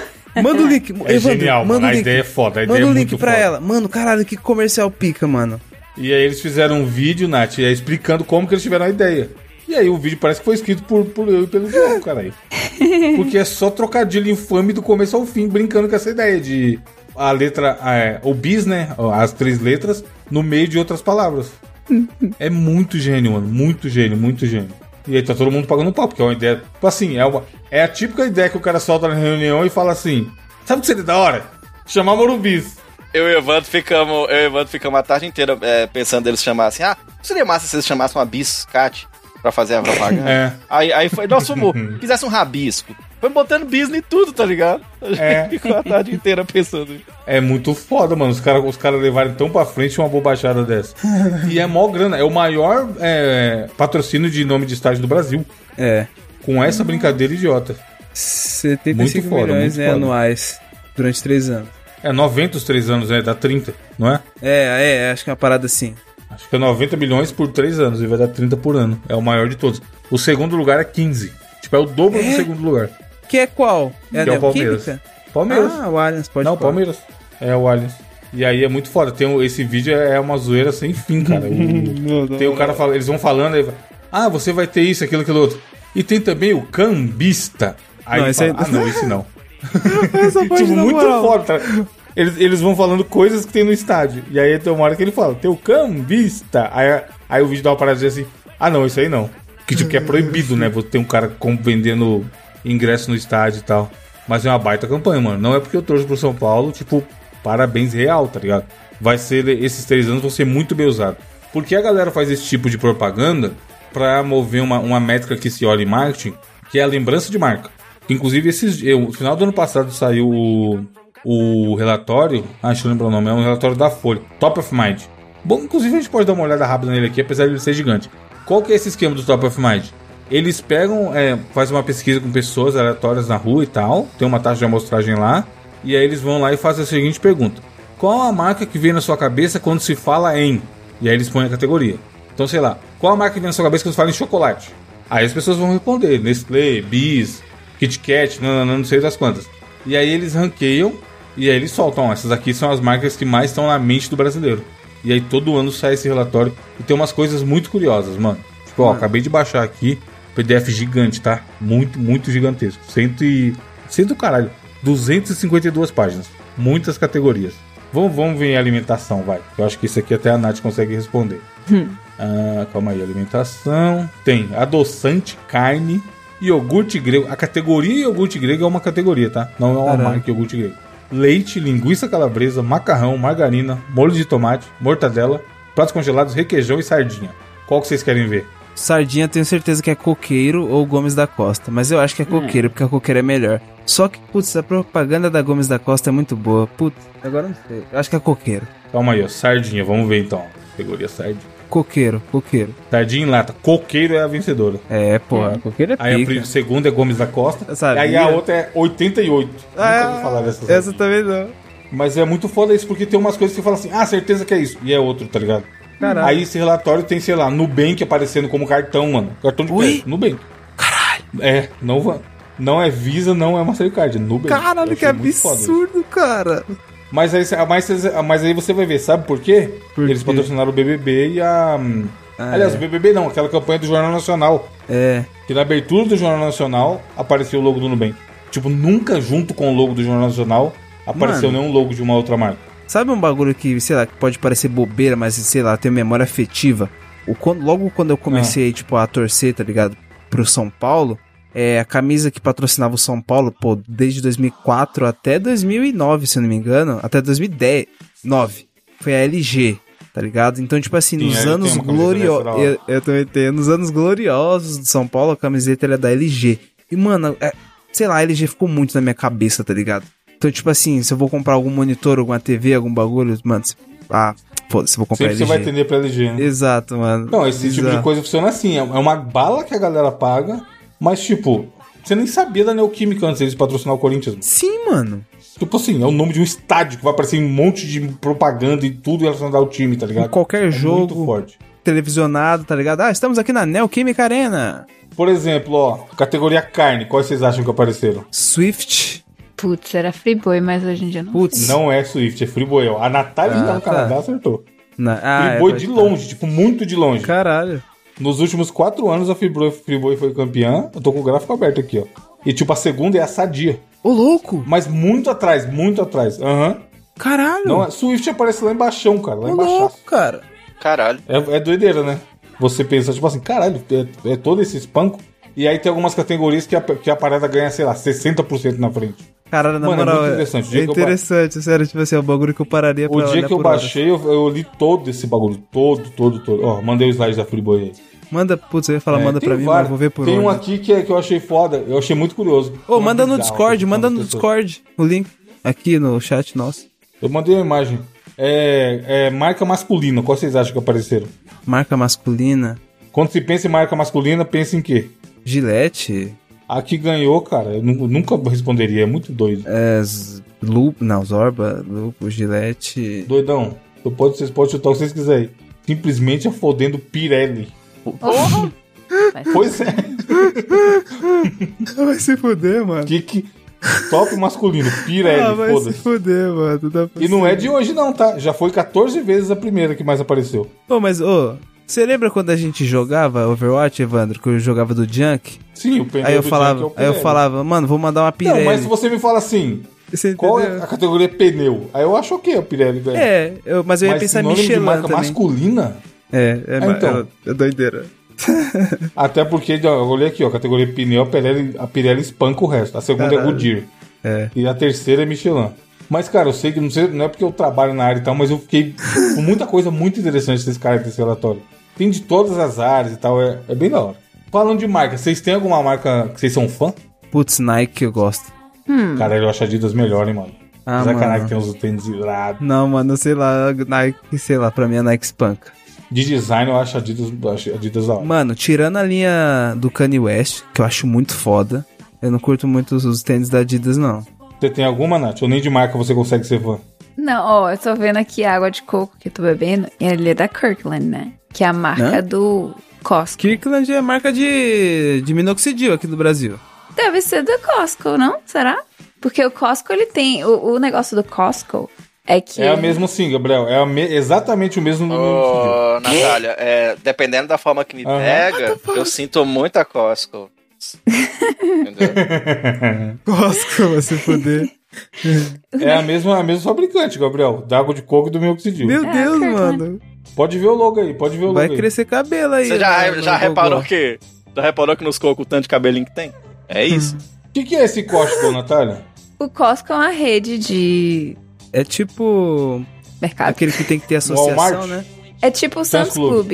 Speaker 4: manda o link.
Speaker 2: É
Speaker 4: Evandro,
Speaker 2: genial,
Speaker 4: manda
Speaker 2: mano.
Speaker 4: o
Speaker 2: A
Speaker 4: link.
Speaker 2: ideia é foda. A ideia
Speaker 4: Manda
Speaker 2: é
Speaker 4: o
Speaker 2: muito
Speaker 4: link pra
Speaker 2: foda.
Speaker 4: ela. Mano, caralho, que comercial pica, mano.
Speaker 2: E aí eles fizeram um vídeo, Nath, eh, explicando como que eles tiveram a ideia. E aí o vídeo parece que foi escrito por, por eu e pelo João, caralho. Porque é só trocadilho infame do começo ao fim, brincando com essa ideia de a letra, eh, o bis, né? As três letras, no meio de outras palavras. É muito gênio, mano. Muito gênio, muito gênio. E aí tá todo mundo pagando pau, porque é uma ideia. Tipo assim, é, uma- é a típica ideia que o cara solta na reunião e fala assim: sabe o que seria da hora? Chamar Morumbis.
Speaker 5: Eu e o Evandro ficamos, eu e o Evandro ficamos a tarde inteira é, pensando eles chamassem. Ah, seria massa se eles chamassem uma biscate pra fazer a propaganda.
Speaker 2: É. Uhum.
Speaker 5: Aí, aí foi nosso humor. Fizesse um rabisco. Foi botando bis em tudo, tá ligado? A gente
Speaker 2: É.
Speaker 5: ficou a tarde inteira pensando. nisso.
Speaker 2: É muito foda, mano. Os caras os cara levarem tão pra frente uma bobachada dessa. e é mó grana. É o maior é, patrocínio de nome de estágio do Brasil.
Speaker 4: É.
Speaker 2: Com essa brincadeira idiota.
Speaker 4: 75
Speaker 2: Muito foda,
Speaker 4: milhões,
Speaker 2: muito
Speaker 4: né,
Speaker 2: foda.
Speaker 4: anuais. Durante três anos.
Speaker 2: É 90 os três anos, né? Dá 30, não é?
Speaker 4: É, é, acho que é uma parada assim.
Speaker 2: Acho que é 90 milhões por três anos e vai dar 30 por ano. É o maior de todos. O segundo lugar é 15. Tipo, é o dobro do segundo lugar.
Speaker 4: Que é qual? É a
Speaker 2: Que é o Palmeiras.
Speaker 4: Neoquímica?
Speaker 2: Palmeiras.
Speaker 4: Ah, o Allianz, pode
Speaker 2: não,
Speaker 4: falar.
Speaker 2: Palmeiras. É o Allianz. E aí é muito foda. Tem o- esse vídeo é uma zoeira sem fim, cara. O- Tem o cara falando, eles vão falando, aí, ah, você vai ter isso, aquilo, aquilo outro. E tem também o cambista. Aí
Speaker 4: Não,
Speaker 2: ele
Speaker 4: esse
Speaker 2: fala,
Speaker 4: aí-
Speaker 2: ah, não, esse não.
Speaker 4: Essa parte
Speaker 2: tipo,
Speaker 4: na
Speaker 2: muito
Speaker 4: moral.
Speaker 2: foda. tá? Eles, eles vão falando coisas que tem no estádio. E aí tem uma hora que ele fala, tem o cambista. Aí, aí o vídeo dá uma parada e diz assim, ah, não, isso aí não. Que tipo, que é proibido, né? Você ter um cara com- vendendo ingresso no estádio e tal. Mas é uma baita campanha, mano. Não é porque eu torço pro São Paulo, tipo, parabéns real, tá ligado? Vai ser, esses três anos vão ser muito bem usados. Porque a galera faz esse tipo de propaganda pra mover uma, uma métrica que se olha em marketing, que é a lembrança de marca. Inclusive, esses, eu, no final do ano passado saiu o, o relatório. Ah, deixa eu lembrar o nome. É um relatório da Folha. Top of Mind. Bom, inclusive a gente pode dar uma olhada rápida nele aqui, apesar de ele ser gigante. Qual que é esse esquema do Top of Mind? Eles pegam, é, fazem uma pesquisa com pessoas aleatórias na rua e tal, tem uma taxa de amostragem lá, e aí eles vão lá e fazem a seguinte pergunta: Qual a marca que vem na sua cabeça quando se fala em? E aí eles põem a categoria. Então, sei lá, qual a marca que vem na sua cabeça quando se fala em chocolate? Aí as pessoas vão responder: Nestlé, Bis, Kit Kat, não, não, não, não sei das quantas. E aí eles ranqueiam e aí eles soltam. ó, Essas aqui são as marcas que mais estão na mente do brasileiro. E aí todo ano sai esse relatório e tem umas coisas muito curiosas, mano. Tipo, ó, acabei de baixar aqui, PDF gigante, tá? Muito, muito gigantesco. Cento e... Cento e caralho. 252 páginas. Muitas categorias. Vamos, vamos ver em alimentação, vai. Eu acho que isso aqui até a Nath consegue responder. Ah, calma aí, alimentação. Tem adoçante, carne, iogurte grego. A categoria iogurte grego é uma categoria, tá? Não é uma
Speaker 4: Caralho.
Speaker 2: marca iogurte grego. Leite, linguiça calabresa, macarrão, margarina, molho de tomate, mortadela, pratos congelados, requeijão e sardinha. Qual que vocês querem ver?
Speaker 4: Sardinha tenho certeza que é coqueiro ou Gomes da Costa, mas eu acho que é coqueiro, porque a coqueira é melhor. Só que, putz, a propaganda da Gomes da Costa é muito boa. Putz, agora não sei. Eu acho que é coqueiro.
Speaker 2: Calma aí, ó. Sardinha, vamos ver então. Categoria sardinha.
Speaker 4: Coqueiro, coqueiro.
Speaker 2: Sardinha em lata. Coqueiro é a vencedora.
Speaker 4: É, porra, coqueiro é pica.
Speaker 2: Aí a pri- segunda é Gomes da Costa.
Speaker 4: Eu sabia.
Speaker 2: Aí a outra é 88. Nunca ouvi falar dessas
Speaker 4: Ah, essa também não.
Speaker 2: Mas é muito foda isso, porque tem umas coisas que você fala assim, ah, certeza que é isso. E é outro, tá ligado?
Speaker 4: Caralho.
Speaker 2: Aí esse relatório tem, sei lá, Nubank aparecendo como cartão, mano. Cartão de
Speaker 4: Ui.
Speaker 2: crédito, Nubank. Caralho. É, não, va- não é Visa, não é Mastercard, é Nubank. Eu
Speaker 4: Caralho, que
Speaker 2: achei muito foda isso.
Speaker 4: absurdo, cara.
Speaker 2: Mas aí, cê- mas, cês- mas aí você vai ver, sabe por quê?
Speaker 4: Por
Speaker 2: Eles
Speaker 4: quê?
Speaker 2: patrocinaram o BBB e a... hum,
Speaker 4: Ah,
Speaker 2: Aliás,
Speaker 4: é.
Speaker 2: o BBB não, aquela campanha do Jornal Nacional.
Speaker 4: É,
Speaker 2: Que na abertura do Jornal Nacional apareceu o logo do Nubank. Tipo, nunca junto com o logo do Jornal Nacional apareceu
Speaker 4: Mano.
Speaker 2: nenhum logo de uma outra marca.
Speaker 4: Sabe um bagulho que, sei lá, que pode parecer bobeira, mas sei lá, tem memória afetiva? O, quan- logo quando eu
Speaker 2: Ah.
Speaker 4: comecei, tipo, a torcer, tá ligado? Pro São Paulo, é, a camisa que patrocinava o São Paulo, pô, desde 2004 até 2009, se eu não me engano, até 2010, 9, foi a LG, tá ligado? Então, tipo assim,
Speaker 2: Sim, aí
Speaker 4: nos
Speaker 2: tem
Speaker 4: anos
Speaker 2: uma camisa dessa da
Speaker 4: gloriosos.
Speaker 2: hora.
Speaker 4: Eu, eu também tenho. Nos anos gloriosos do São Paulo, a camiseta era da LG. E, mano, é- sei lá, a LG ficou muito na minha cabeça, tá ligado? Então, tipo assim, se eu vou comprar algum monitor, alguma TV, algum bagulho, mano, se- ah, foda-se, eu vou comprar
Speaker 2: Sempre você
Speaker 4: LG.
Speaker 2: vai atender pra LG, né?
Speaker 4: Exato, mano.
Speaker 2: Não, esse tipo de
Speaker 4: Exato.
Speaker 2: coisa funciona assim. É uma bala que a galera paga, mas tipo, você nem sabia da Neoquímica antes deles patrocinar o Corinthians. mano.
Speaker 4: Sim, mano.
Speaker 2: Tipo assim, é o nome de um estádio que vai aparecer em um monte de propaganda e tudo relacionado ao time, tá ligado? é
Speaker 4: Qualquer
Speaker 2: Muito
Speaker 4: jogo.
Speaker 2: forte.
Speaker 4: Televisionado, tá ligado? Ah, estamos aqui na Neoquímica Arena.
Speaker 2: Por exemplo, ó, categoria carne, quais vocês acham que apareceram?
Speaker 4: Swift.
Speaker 3: Putz, era Freeboy, mas hoje em dia não.
Speaker 4: Putz.
Speaker 2: Não é Swift, é Friboel. A Natália que
Speaker 4: Ah,
Speaker 2: tá no
Speaker 4: tá.
Speaker 2: Canadá acertou.
Speaker 4: Na- ah, é,
Speaker 2: Friboi
Speaker 4: pode-
Speaker 2: de longe, tipo, muito de longe.
Speaker 4: Caralho.
Speaker 2: Nos últimos quatro anos a Friboi Friboi foi campeã. Eu tô com o gráfico aberto aqui, ó. E tipo, a segunda é a Sadia.
Speaker 4: Ô, louco.
Speaker 2: Mas muito atrás, muito atrás. Aham.
Speaker 4: Hum. Caralho.
Speaker 2: Não, é- Swift aparece lá embaixo, cara. Lá
Speaker 4: Ô,
Speaker 2: embaixo.
Speaker 4: louco, cara.
Speaker 5: Caralho.
Speaker 2: É, é doideira, né? Você pensa, tipo assim, caralho, é, é todo esse espanco. E aí tem algumas categorias que a, que a parada ganha, sei lá, 60% na frente.
Speaker 4: Caralho, na
Speaker 2: Mano, é
Speaker 4: moral,
Speaker 2: muito
Speaker 4: é
Speaker 2: interessante. O
Speaker 4: interessante,
Speaker 2: dia
Speaker 4: é
Speaker 2: que eu
Speaker 4: interessante sério, tipo assim, é um bagulho que eu pararia pra
Speaker 2: O dia
Speaker 4: olhar
Speaker 2: que eu
Speaker 4: por hora.
Speaker 2: baixei, eu, eu li todo esse bagulho. Todo, todo, todo. Ó, mandei o slide da Freeboy aí.
Speaker 4: Manda, putz, eu ia falar,
Speaker 2: É,
Speaker 4: manda
Speaker 2: tem
Speaker 4: pra mim, mas
Speaker 2: vários.
Speaker 4: eu vou ver por
Speaker 2: Tem um
Speaker 4: onde.
Speaker 2: aqui que, é- que eu achei foda, eu achei muito curioso.
Speaker 4: Ô,
Speaker 2: Uma
Speaker 4: manda no
Speaker 2: bizarra,
Speaker 4: Discord,
Speaker 2: assim,
Speaker 4: manda
Speaker 2: uma
Speaker 4: no
Speaker 2: pessoa.
Speaker 4: Discord o link aqui no chat nosso.
Speaker 2: Eu mandei a imagem. É, é marca masculina, qual vocês acham que apareceram?
Speaker 4: Marca masculina,
Speaker 2: Quando se pensa em marca masculina, pensa em quê?
Speaker 4: Gillette,
Speaker 2: A que ganhou, cara, eu nu- nunca responderia, é muito doido.
Speaker 4: é, Z- Lu, não, Zorba, Lupo, Gillette.
Speaker 2: Doidão, eu posso- vocês podem chutar o que vocês quiserem. Simplesmente a fodendo Pirelli.
Speaker 3: Porra! Mas-
Speaker 2: Pois é,
Speaker 4: Vai se fuder, mano. Ah,
Speaker 2: que que... Top masculino, Pirelli, foda-se.
Speaker 4: fuder, mano.
Speaker 2: E não é de hoje não, tá? Já foi 14 vezes a primeira que mais apareceu.
Speaker 4: Ô, mas, ô, você lembra quando a gente jogava Overwatch, Evandro, que eu jogava do Junk?
Speaker 2: Sim, o pneu
Speaker 4: Aí eu
Speaker 2: do
Speaker 4: falava,
Speaker 2: Jack é o
Speaker 4: aí eu
Speaker 2: Pirelli.
Speaker 4: falava, mano, vou mandar uma Pirelli.
Speaker 2: Não, mas se você me fala assim,
Speaker 4: Você
Speaker 2: qual é
Speaker 4: entendeu?
Speaker 2: a categoria pneu? Aí eu acho ok o Pirelli, velho.
Speaker 4: É, eu- mas eu ia
Speaker 2: Mas
Speaker 4: pensar em
Speaker 2: sinônimo de
Speaker 4: Michelin
Speaker 2: marca
Speaker 4: também.
Speaker 2: masculina,
Speaker 4: É, é, ma-
Speaker 2: então.
Speaker 4: é, é doideira.
Speaker 2: até porque, ó, eu olhei aqui, ó, categoria pneu, a Pirelli, a Pirelli espanca o resto. A segunda é
Speaker 4: Caralho.
Speaker 2: Goodyear.
Speaker 4: É.
Speaker 2: E a terceira é Michelin. Mas, cara, eu sei que não, sei, não é porque eu trabalho na área e tal, mas eu fiquei com muita coisa muito interessante desse cara desse relatório. Tem de todas as áreas e tal, é, é bem da hora. Falando de marca, vocês têm alguma marca que vocês são fã?
Speaker 4: Putz, Nike eu gosto.
Speaker 2: Cara, eu acho a Adidas melhor, hein, mano.
Speaker 4: Hum. Ah,
Speaker 2: Sacanagem
Speaker 4: mano.
Speaker 2: que tem uns tênis irados.
Speaker 4: Não, mano, sei lá, Nike, sei lá, pra mim é Nike Spank.
Speaker 2: De design, eu acho a Adidas, acho a Adidas da hora.
Speaker 4: Mano, tirando a linha do Kanye West, que eu acho muito foda, eu não curto muito os, os tênis da Adidas, não.
Speaker 2: Você tem alguma, Nath? Ou nem de marca você consegue ser fã?
Speaker 3: Não, ó, eu tô vendo aqui a água de coco que eu tô bebendo. E ele é da Kirkland, né? Que é a marca
Speaker 4: Hã?
Speaker 3: do Costco.
Speaker 4: Kirkland é marca de, de minoxidil aqui do Brasil.
Speaker 3: Deve ser do Costco, não? Será? Porque o Costco, ele tem... O, o negócio do Costco é que...
Speaker 2: É a mesma sim, Gabriel. É a me- exatamente o mesmo nome.
Speaker 5: Ô, Natália, é, dependendo da forma que me
Speaker 2: Aham.
Speaker 5: pega, eu sinto muita Costco. Entendeu?
Speaker 4: Costco, vai se fuder.
Speaker 2: É a mesma, a mesma fabricante, Gabriel. Da água de coco e do minoxidil.
Speaker 4: Meu
Speaker 3: É,
Speaker 4: Deus,
Speaker 3: cara.
Speaker 4: mano.
Speaker 2: Pode ver o logo aí, pode ver o
Speaker 4: Vai
Speaker 2: logo
Speaker 4: crescer cabelo aí.
Speaker 5: Você já,
Speaker 4: né,
Speaker 5: já
Speaker 4: no
Speaker 5: reparou
Speaker 4: gogó.
Speaker 5: que. Já reparou que nos cocos o tanto de cabelinho que tem? É isso.
Speaker 2: aí. O que, que é esse Costco, Natália?
Speaker 3: O Costco é uma rede de
Speaker 4: É tipo
Speaker 3: mercado.
Speaker 4: aquele que tem que ter
Speaker 2: Walmart?
Speaker 4: associação, né?
Speaker 3: É tipo o Sam's
Speaker 2: Club.
Speaker 3: Club,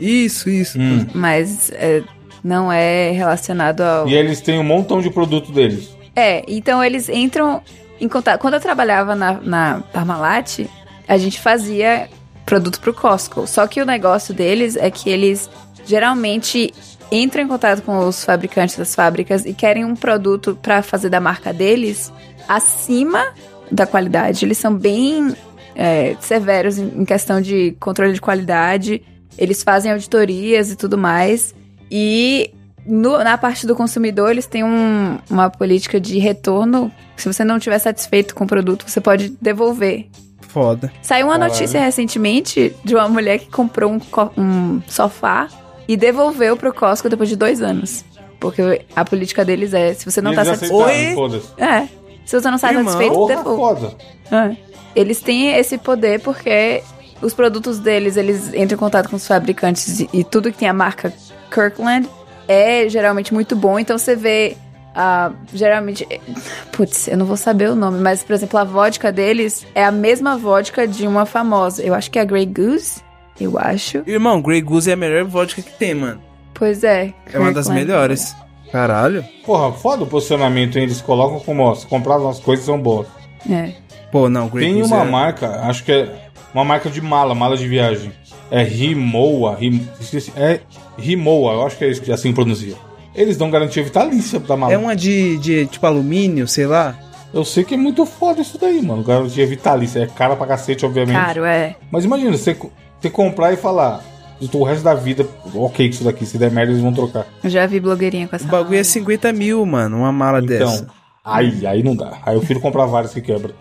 Speaker 4: Isso, isso.
Speaker 2: Hum.
Speaker 3: mas é, não é relacionado ao.
Speaker 2: E eles têm um montão de produto deles.
Speaker 3: É, então eles entram em contato. Quando eu trabalhava na, na Parmalat, a gente fazia produto pro Costco. Só que o negócio deles é que eles geralmente entram em contato com os fabricantes das fábricas e querem um produto pra fazer da marca deles acima da qualidade. Eles são bem é, severos em em questão de controle de qualidade. Eles fazem auditorias e tudo mais. E no- na parte do consumidor, eles têm um- uma política de retorno. Se você não estiver satisfeito com o produto, você pode devolver.
Speaker 4: Foda.
Speaker 3: Saiu uma
Speaker 2: Caralho.
Speaker 3: notícia recentemente de uma mulher que comprou um, co- um sofá e devolveu pro Costco depois de dois anos. Porque a política deles é, se você não
Speaker 2: eles
Speaker 3: tá satisfeito...
Speaker 2: aceitaram,
Speaker 4: Oi?
Speaker 2: foda-se.
Speaker 3: É, se você não está
Speaker 4: Irmão.
Speaker 3: satisfeito,
Speaker 2: Porra,
Speaker 3: devolve.
Speaker 2: foda.
Speaker 3: É. Eles têm esse poder porque os produtos deles, eles entram em contato com os fabricantes e, e tudo que tem a marca Kirkland é geralmente muito bom. Então você vê, ah, geralmente, putz, eu não vou saber o nome, mas por exemplo, a vodka deles é a mesma vodka de uma famosa. Eu acho que é a Grey Goose, eu acho.
Speaker 4: Irmão, Grey Goose é a melhor vodka que tem, mano.
Speaker 3: Pois é.
Speaker 4: É uma das
Speaker 3: Kirkland.
Speaker 4: melhores. Caralho.
Speaker 2: Porra, foda o posicionamento, hein? Eles colocam como, ó, se comprar as coisas são boas.
Speaker 3: É.
Speaker 4: Pô, não, Grey
Speaker 2: Tem
Speaker 4: Goose
Speaker 2: uma
Speaker 4: é...
Speaker 2: marca, acho que é uma marca de mala, mala de viagem. É Rimoa, Rim- esqueci, é Rimoa, eu acho que é isso que assim pronuncia. Eles dão garantia vitalícia da mala.
Speaker 4: É uma de, de, tipo, alumínio, sei lá.
Speaker 2: Eu sei que é muito foda isso daí, mano. Garantia vitalícia. É cara pra cacete, obviamente.
Speaker 3: Caro, é.
Speaker 2: Mas imagina, você, co- você comprar e falar, "Eu tô o resto da vida, ok com isso daqui, se der merda eles vão trocar.
Speaker 3: Eu já vi blogueirinha com essa.
Speaker 4: O bagulho é
Speaker 3: mala.
Speaker 4: 50 mil, mano, uma mala
Speaker 2: Então,
Speaker 4: dessa.
Speaker 2: aí, aí não dá. Aí eu prefiro comprar vários que quebra.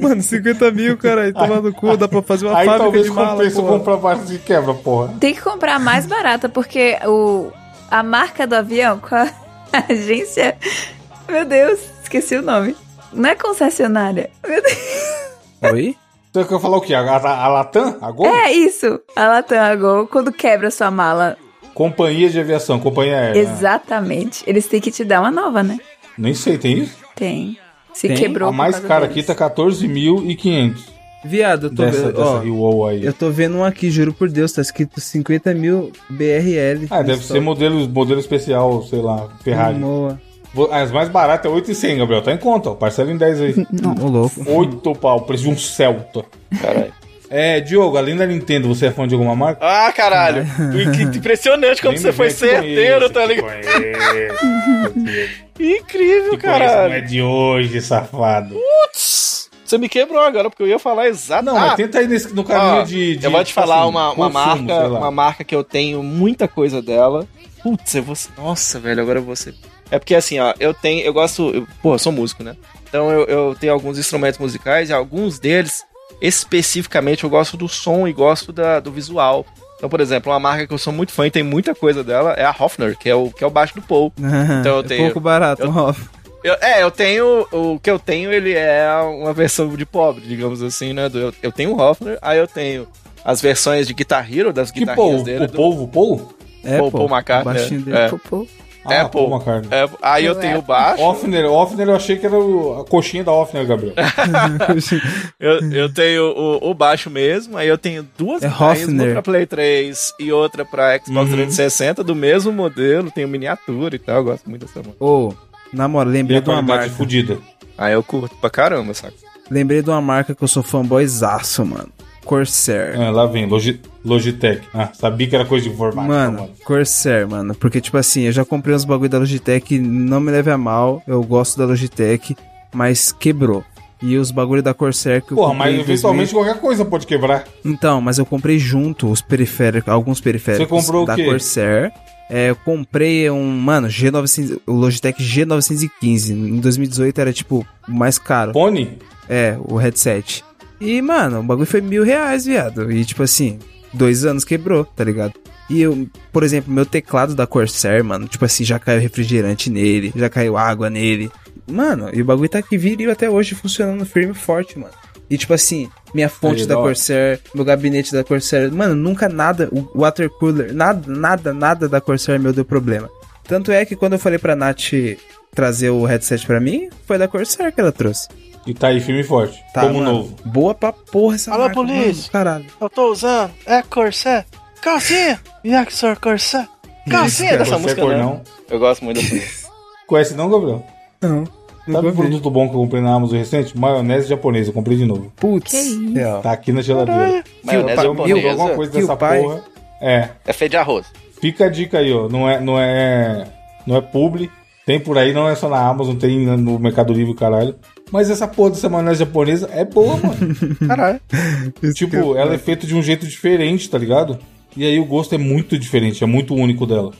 Speaker 4: Mano, 50 mil, cara, toma no cu, dá pra fazer uma
Speaker 2: Aí
Speaker 4: fábrica
Speaker 2: talvez
Speaker 4: de mala,
Speaker 2: compensa
Speaker 4: porra.
Speaker 2: comprar vários que quebra, porra.
Speaker 3: Tem que comprar a mais barata, porque o, a marca do avião com a agência. Meu Deus, esqueci o nome. Não é concessionária. Meu Deus.
Speaker 4: Oi?
Speaker 2: Você quer falar o quê? A, a, a Latam? A Gol?
Speaker 3: É isso. A Latam Agol, quando quebra sua mala.
Speaker 2: Companhia de aviação, companhia aérea.
Speaker 3: Exatamente. Eles têm que te dar uma nova, né?
Speaker 2: Nem sei, tem isso?
Speaker 3: Tem. Se
Speaker 4: Tem?
Speaker 3: quebrou.
Speaker 2: a
Speaker 3: por
Speaker 2: mais
Speaker 3: causa
Speaker 2: cara
Speaker 3: deles.
Speaker 2: aqui tá 14.500
Speaker 4: Viado, eu tô
Speaker 2: dessa,
Speaker 4: vendo, ó,
Speaker 2: dessa Huawei aí.
Speaker 4: eu tô vendo um aqui, juro por Deus, tá escrito 50 mil BRL.
Speaker 2: Ah, deve ser modelo, modelo especial, sei lá, Ferrari.
Speaker 4: Moa.
Speaker 2: Vou- As mais baratas é 8,100, Gabriel. Tá em conta, ó. Parcela em 10 aí.
Speaker 4: Ô, louco.
Speaker 2: 8 pau, preço de um Celta.
Speaker 5: Caralho.
Speaker 2: É, Diogo, além da Nintendo, você é fã de alguma marca?
Speaker 5: Ah, caralho. E que Impressionante como
Speaker 2: é? Nem
Speaker 5: você
Speaker 2: me
Speaker 5: foi
Speaker 2: vem com
Speaker 5: certeiro,
Speaker 2: isso,
Speaker 5: tá
Speaker 2: te
Speaker 5: ligado?
Speaker 2: conheço,
Speaker 5: Incrível,
Speaker 2: Te conheço, não é
Speaker 5: caralho.
Speaker 2: de hoje, safado.
Speaker 5: Putz, Você me quebrou agora, porque eu ia falar exatamente.
Speaker 2: Não, mas tenta aí nesse, no caminho de, de.
Speaker 5: Ah, Eu vou te
Speaker 2: tipo
Speaker 5: falar
Speaker 2: assim,
Speaker 5: uma, uma
Speaker 2: consumo,
Speaker 5: marca,
Speaker 2: sei lá.
Speaker 5: uma marca que eu tenho muita coisa dela. Putz, eu vou. Nossa, velho, agora eu vou ser. É porque assim, ó, eu tenho. Eu gosto. Eu, porra, eu sou músico, né? Então eu, eu tenho alguns instrumentos musicais e alguns deles, especificamente, eu gosto do som e gosto da, do visual. Então, por exemplo, uma marca que eu sou muito fã e tem muita coisa dela é a Hofner, que é o, que é o baixo do Paul. Então eu
Speaker 4: é
Speaker 5: tenho-
Speaker 4: pouco barato,
Speaker 5: eu-
Speaker 4: ó.
Speaker 5: Eu- é, eu tenho. O que eu tenho, ele é uma versão de pobre, digamos assim, né? do- eu, eu tenho o Hofner, aí eu tenho as versões de Guitar Hero, das
Speaker 2: Que
Speaker 5: guitarrinhas
Speaker 2: povo?
Speaker 5: dele. né?
Speaker 2: O
Speaker 5: do-
Speaker 2: povo? Paul?
Speaker 4: É,
Speaker 5: Paul-
Speaker 4: pô,
Speaker 5: Paul McCartney,
Speaker 4: o baixinho
Speaker 5: é.
Speaker 4: dele.
Speaker 5: É.
Speaker 3: Pô, pô.
Speaker 5: É, Paul.
Speaker 2: McCartney.
Speaker 5: É, aí eu
Speaker 3: Não
Speaker 5: tenho
Speaker 3: é.
Speaker 5: o baixo,
Speaker 2: Offner, Offner eu achei que era o- a coxinha da Offner, Gabriel.
Speaker 5: eu, eu tenho o, o baixo mesmo, aí eu tenho duas
Speaker 4: É
Speaker 5: guitarrinhas, uma
Speaker 4: Hofner.
Speaker 5: pra Play 3 e outra pra Xbox
Speaker 2: Uhum.
Speaker 5: 360 do mesmo modelo, tenho miniatura e tal, eu gosto muito dessa mão.
Speaker 4: Ô, na moral,
Speaker 2: E
Speaker 4: lembrei
Speaker 2: a
Speaker 4: de uma
Speaker 2: qualidade é
Speaker 4: marca.
Speaker 2: fodida.
Speaker 5: Aí eu curto pra caramba, saca?
Speaker 4: Lembrei de uma marca que eu sou fanboyzaço, mano. Corsair.
Speaker 2: Ah, lá vem, Logi- Logitech. Ah, sabia que era coisa de informática,
Speaker 4: Mano,
Speaker 2: mano.
Speaker 4: Corsair, mano. Porque, tipo assim, eu já comprei uns bagulho da Logitech, não me leve a mal, eu gosto da Logitech, mas quebrou. E os bagulho da Corsair que eu
Speaker 2: Porra,
Speaker 4: comprei
Speaker 2: mas
Speaker 4: em
Speaker 2: eventualmente
Speaker 4: 2000.
Speaker 2: qualquer coisa pode quebrar.
Speaker 4: Então, mas eu comprei junto os periféricos, alguns periféricos
Speaker 2: Você comprou o
Speaker 4: da
Speaker 2: quê?
Speaker 4: Corsair. É, eu comprei um, mano, G900, o Logitech G915. Em 2018 era, tipo, o mais caro.
Speaker 2: Fone?
Speaker 4: É, o headset. E, mano, o bagulho foi mil reais, viado. E, tipo assim, dois anos quebrou, tá ligado? E eu, por exemplo, meu teclado da Corsair, mano, tipo assim, já caiu refrigerante nele, já caiu água nele. Mano, e o bagulho tá aqui viril até hoje funcionando firme e forte, mano. E tipo assim, minha fonte
Speaker 2: Aí,
Speaker 4: da
Speaker 2: da hora.
Speaker 4: Corsair, meu gabinete da Corsair. Mano, nunca nada, o water cooler, nada, nada, nada da Corsair meu deu problema. Tanto é que quando eu falei pra Nath trazer o headset pra mim, foi da Corsair que ela trouxe.
Speaker 2: E tá aí firme e forte.
Speaker 4: Tá,
Speaker 2: como
Speaker 4: mano,
Speaker 2: novo.
Speaker 4: Boa pra porra essa
Speaker 6: Alô,
Speaker 4: marca, né,
Speaker 6: polícia.
Speaker 4: mano, caralho.
Speaker 6: Eu tô usando. É Corsé. Calcinha. Yaxor Corsé. Calcinha dessa
Speaker 2: Você
Speaker 6: música,
Speaker 2: é cor,
Speaker 6: né?
Speaker 2: não.
Speaker 5: Eu gosto muito dessa música.
Speaker 2: Conhece não, Gabriel?
Speaker 4: Não.
Speaker 2: Sabe
Speaker 4: Nunca
Speaker 2: um
Speaker 4: vi.
Speaker 2: produto bom que eu comprei na Amazon recente? Maionese japonesa, eu comprei de novo.
Speaker 3: Que
Speaker 4: Putz. é,
Speaker 3: isso?
Speaker 4: real.
Speaker 2: Tá aqui na geladeira.
Speaker 5: Maionese
Speaker 4: pai-
Speaker 2: Eu
Speaker 4: meu,
Speaker 5: é japonesa
Speaker 2: alguma coisa
Speaker 4: Que o
Speaker 2: dessa
Speaker 4: pai-
Speaker 2: porra. É,
Speaker 5: é feita de arroz.
Speaker 2: Fica a dica aí, ó. Não é, não é, não é publi. Tem por aí, não é só na Amazon, tem no Mercado Livre, caralho. Mas essa porra dessa maionese japonesa é boa, mano.
Speaker 6: Caralho.
Speaker 4: Isso que eu-
Speaker 2: tipo, ela é feita de um jeito diferente, tá ligado? E aí o gosto é muito diferente, é muito único dela.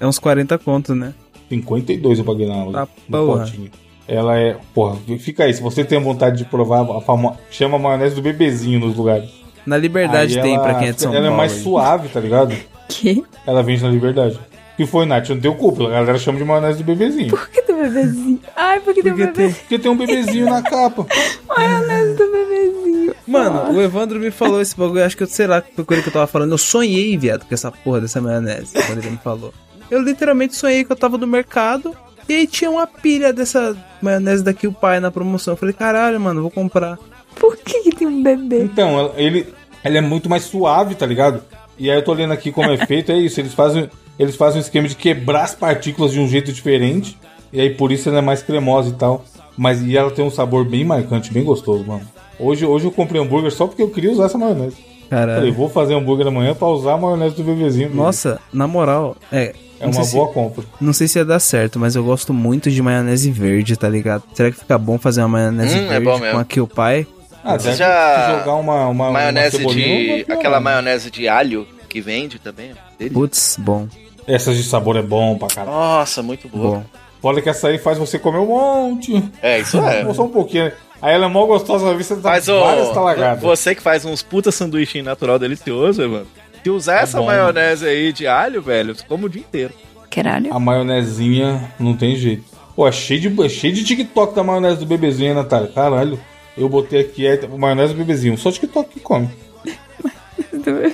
Speaker 4: É uns 40 conto, né?
Speaker 2: 52 eu paguei na Amazon.
Speaker 4: Tá,
Speaker 2: no
Speaker 4: porra.
Speaker 2: potinho. Ela é. Porra, fica aí. Se você tem vontade de provar, a famo... chama a maionese do bebezinho nos lugares.
Speaker 4: Na liberdade
Speaker 2: Aí
Speaker 4: tem,
Speaker 2: ela-
Speaker 4: pra quem é de São
Speaker 2: Ela
Speaker 4: Paulo.
Speaker 2: é mais
Speaker 4: aí.
Speaker 2: suave, tá ligado?
Speaker 3: Que?
Speaker 2: Ela vende na liberdade. Que foi, Nath? Eu não tenho culpa. A galera chama de maionese do bebezinho.
Speaker 3: Por que do bebezinho? Ai, por que do
Speaker 4: Porque tem-
Speaker 3: bebezinho?
Speaker 2: Porque tem um bebezinho na capa.
Speaker 3: Maionese do bebezinho.
Speaker 4: Mano, o Evandro me falou esse bagulho, acho que eu sei lá que coisa que eu tava falando. Eu sonhei, viado, com essa porra dessa maionese, quando ele me falou. Eu literalmente sonhei que eu tava no mercado e aí tinha uma pilha dessa maionese da Kill Pie na promoção. Eu falei, caralho, mano, vou comprar.
Speaker 3: Por que, que tem um bebê?
Speaker 2: Então, ela- ele, ele é muito mais suave, tá ligado? E aí eu tô lendo aqui como é feito, é isso. Eles fazem, eles fazem um esquema de quebrar as partículas de um jeito diferente. E aí por isso ela é mais cremosa e tal. Mas e ela tem um sabor bem marcante, bem gostoso, mano. Hoje, hoje eu comprei hambúrguer só porque eu queria usar essa maionese. Falei,
Speaker 5: É.
Speaker 4: Caralho.
Speaker 2: vou fazer hambúrguer amanhã pra usar a maionese do bebezinho.
Speaker 4: Nossa, na moral, é.
Speaker 2: é
Speaker 4: não sei
Speaker 2: uma
Speaker 4: se-
Speaker 2: boa compra.
Speaker 4: Não sei se ia dar certo, mas eu gosto muito de maionese verde, tá ligado? Será que fica bom fazer uma maionese
Speaker 5: Hum, é
Speaker 4: verde
Speaker 5: bom
Speaker 4: com
Speaker 5: mesmo.
Speaker 4: a Kill Pie?
Speaker 2: Ah,
Speaker 5: Você
Speaker 2: deve
Speaker 5: já-
Speaker 2: jogar uma, uma
Speaker 5: maionese
Speaker 2: uma cebolinha, não
Speaker 5: de.
Speaker 2: vai piorar,
Speaker 5: Aquela
Speaker 2: né?
Speaker 5: maionese de alho que vende também. ó. Delícia.
Speaker 4: Putz, bom,
Speaker 2: Essas de sabor é bom pra caralho.
Speaker 5: Nossa, muito boa.
Speaker 4: bom.
Speaker 2: Olha que essa aí faz você comer um monte.
Speaker 5: É, isso é.
Speaker 2: Ou só um pouquinho. né? Aí ela é mó gostosa, às vezes você tá
Speaker 5: Mas ô,
Speaker 2: várias talagadas.
Speaker 5: você que faz uns puta sanduíche natural delicioso, mano. Se usar
Speaker 2: É
Speaker 5: essa
Speaker 2: bom,
Speaker 5: maionese aí de alho, velho, você come o dia inteiro.
Speaker 3: Caralho.
Speaker 2: A maionezinha não tem jeito. Pô, é cheio, de, é cheio de TikTok da maionese do bebezinho, hein, Natália? Caralho. Eu botei aqui é, maionese do bebezinho. Só TikTok que come.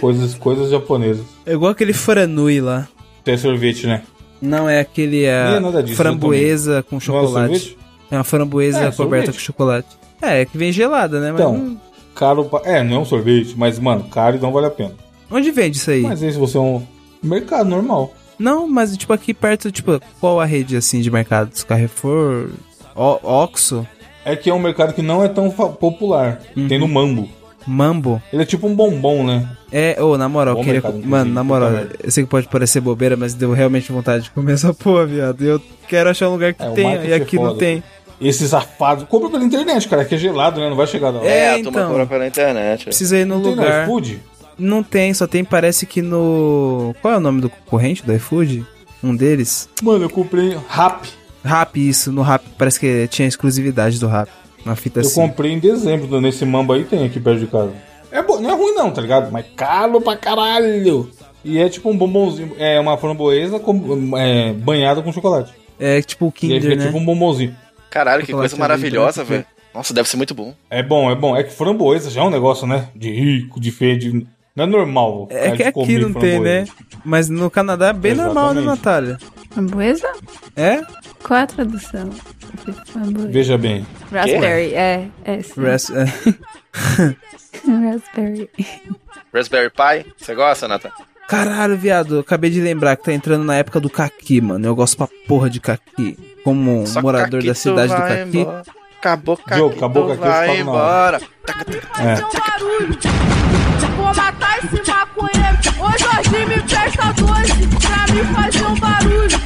Speaker 2: Coisas, coisas japonesas.
Speaker 4: É igual aquele franui lá.
Speaker 2: Tem sorvete, né?
Speaker 4: Não, é aquele
Speaker 2: Não
Speaker 4: é,
Speaker 2: é nada disso,
Speaker 4: framboesa com
Speaker 2: Não é
Speaker 4: chocolate.
Speaker 2: sorvete?
Speaker 4: É uma framboesa
Speaker 2: É,
Speaker 4: coberta
Speaker 2: sorvete.
Speaker 4: com chocolate. É, é que vem gelada, né? Mas hum,
Speaker 2: Então, caro pra... É, não é um sorvete, mas, mano, caro e não vale a pena.
Speaker 4: onde vende isso aí?
Speaker 2: Mas aí se você é um mercado normal.
Speaker 4: Não, mas tipo aqui perto, tipo, qual a rede assim de mercados? Carrefour, O- Oxxo,
Speaker 2: É que é um mercado que não é tão fa- popular.
Speaker 4: Uhum.
Speaker 2: Tem no Mambo.
Speaker 4: Mambo.
Speaker 2: Ele é tipo um bombom, né?
Speaker 4: É, ô, na moral,
Speaker 2: Bom
Speaker 4: eu queria.
Speaker 2: mercado, inclusive.
Speaker 4: mano, na moral,
Speaker 2: Puta merda.
Speaker 4: eu sei que pode parecer bobeira, mas deu realmente vontade de comer essa porra, viado. E Eu quero achar um lugar que
Speaker 2: É, o
Speaker 4: tenha,
Speaker 2: marketing
Speaker 4: e aqui
Speaker 2: é
Speaker 4: não
Speaker 2: foda.
Speaker 4: tem.
Speaker 2: Esse safado. Compra pela internet, cara, que é gelado, né? Não vai chegar da hora.
Speaker 4: É,
Speaker 5: a
Speaker 4: então.
Speaker 5: turma compra pela internet. ó.
Speaker 4: Precisa ir no
Speaker 2: não tem
Speaker 4: lugar.
Speaker 2: no iFood?
Speaker 4: Não tem, só tem, parece que no. Qual é o nome do concorrente do iFood? Um deles?
Speaker 2: Mano, eu comprei rap.
Speaker 4: Rap, isso, no Rap. Parece que tinha exclusividade do Rap. Uma fita
Speaker 2: Eu
Speaker 4: assim.
Speaker 2: comprei em dezembro, nesse mamba aí tem aqui perto de casa. É bo- não é ruim não, tá ligado? Mas caro pra caralho. E é tipo um bombonzinho, é uma framboesa com, é, banhada com chocolate.
Speaker 4: É tipo o
Speaker 2: e aí fica
Speaker 4: Kinder, né?
Speaker 2: tipo um bombonzinho.
Speaker 5: Caralho, que
Speaker 4: Chocolate
Speaker 5: coisa
Speaker 4: também,
Speaker 5: maravilhosa,
Speaker 4: branco.
Speaker 5: velho. Nossa, deve ser muito bom.
Speaker 2: É bom, é bom. É que framboesa já é um negócio, né? De rico, de feio, de... Não é normal.
Speaker 4: É
Speaker 2: cara,
Speaker 4: que
Speaker 2: de
Speaker 4: aqui
Speaker 2: comer
Speaker 4: não tem, né?
Speaker 2: framboesa.
Speaker 4: Mas no Canadá é bem normal,
Speaker 2: tipo.
Speaker 4: né,
Speaker 2: Exatamente.
Speaker 4: Natália?
Speaker 3: Framboesa?
Speaker 4: É?
Speaker 3: Qual é a tradução? Framboesa.
Speaker 2: Veja bem.
Speaker 3: Raspberry, é. é sim.
Speaker 4: Res-
Speaker 2: Hum.
Speaker 4: é.
Speaker 3: Raspberry.
Speaker 5: Raspberry Pie, você gosta, Nathan?
Speaker 4: Caralho, viado, eu acabei de lembrar que tá entrando na época do Kaki, mano. Eu gosto pra porra de Kaki. Como um morador da cidade do Kaki.
Speaker 5: Acabou Caquito,
Speaker 2: Diogo, acabou Caquito, você
Speaker 5: vai
Speaker 2: fala na
Speaker 5: embora.
Speaker 2: hora. É.
Speaker 7: Fazer um barulho. Vou matar esse maconheiro. Ô Jorginho, me presta doze pra me fazer um barulho.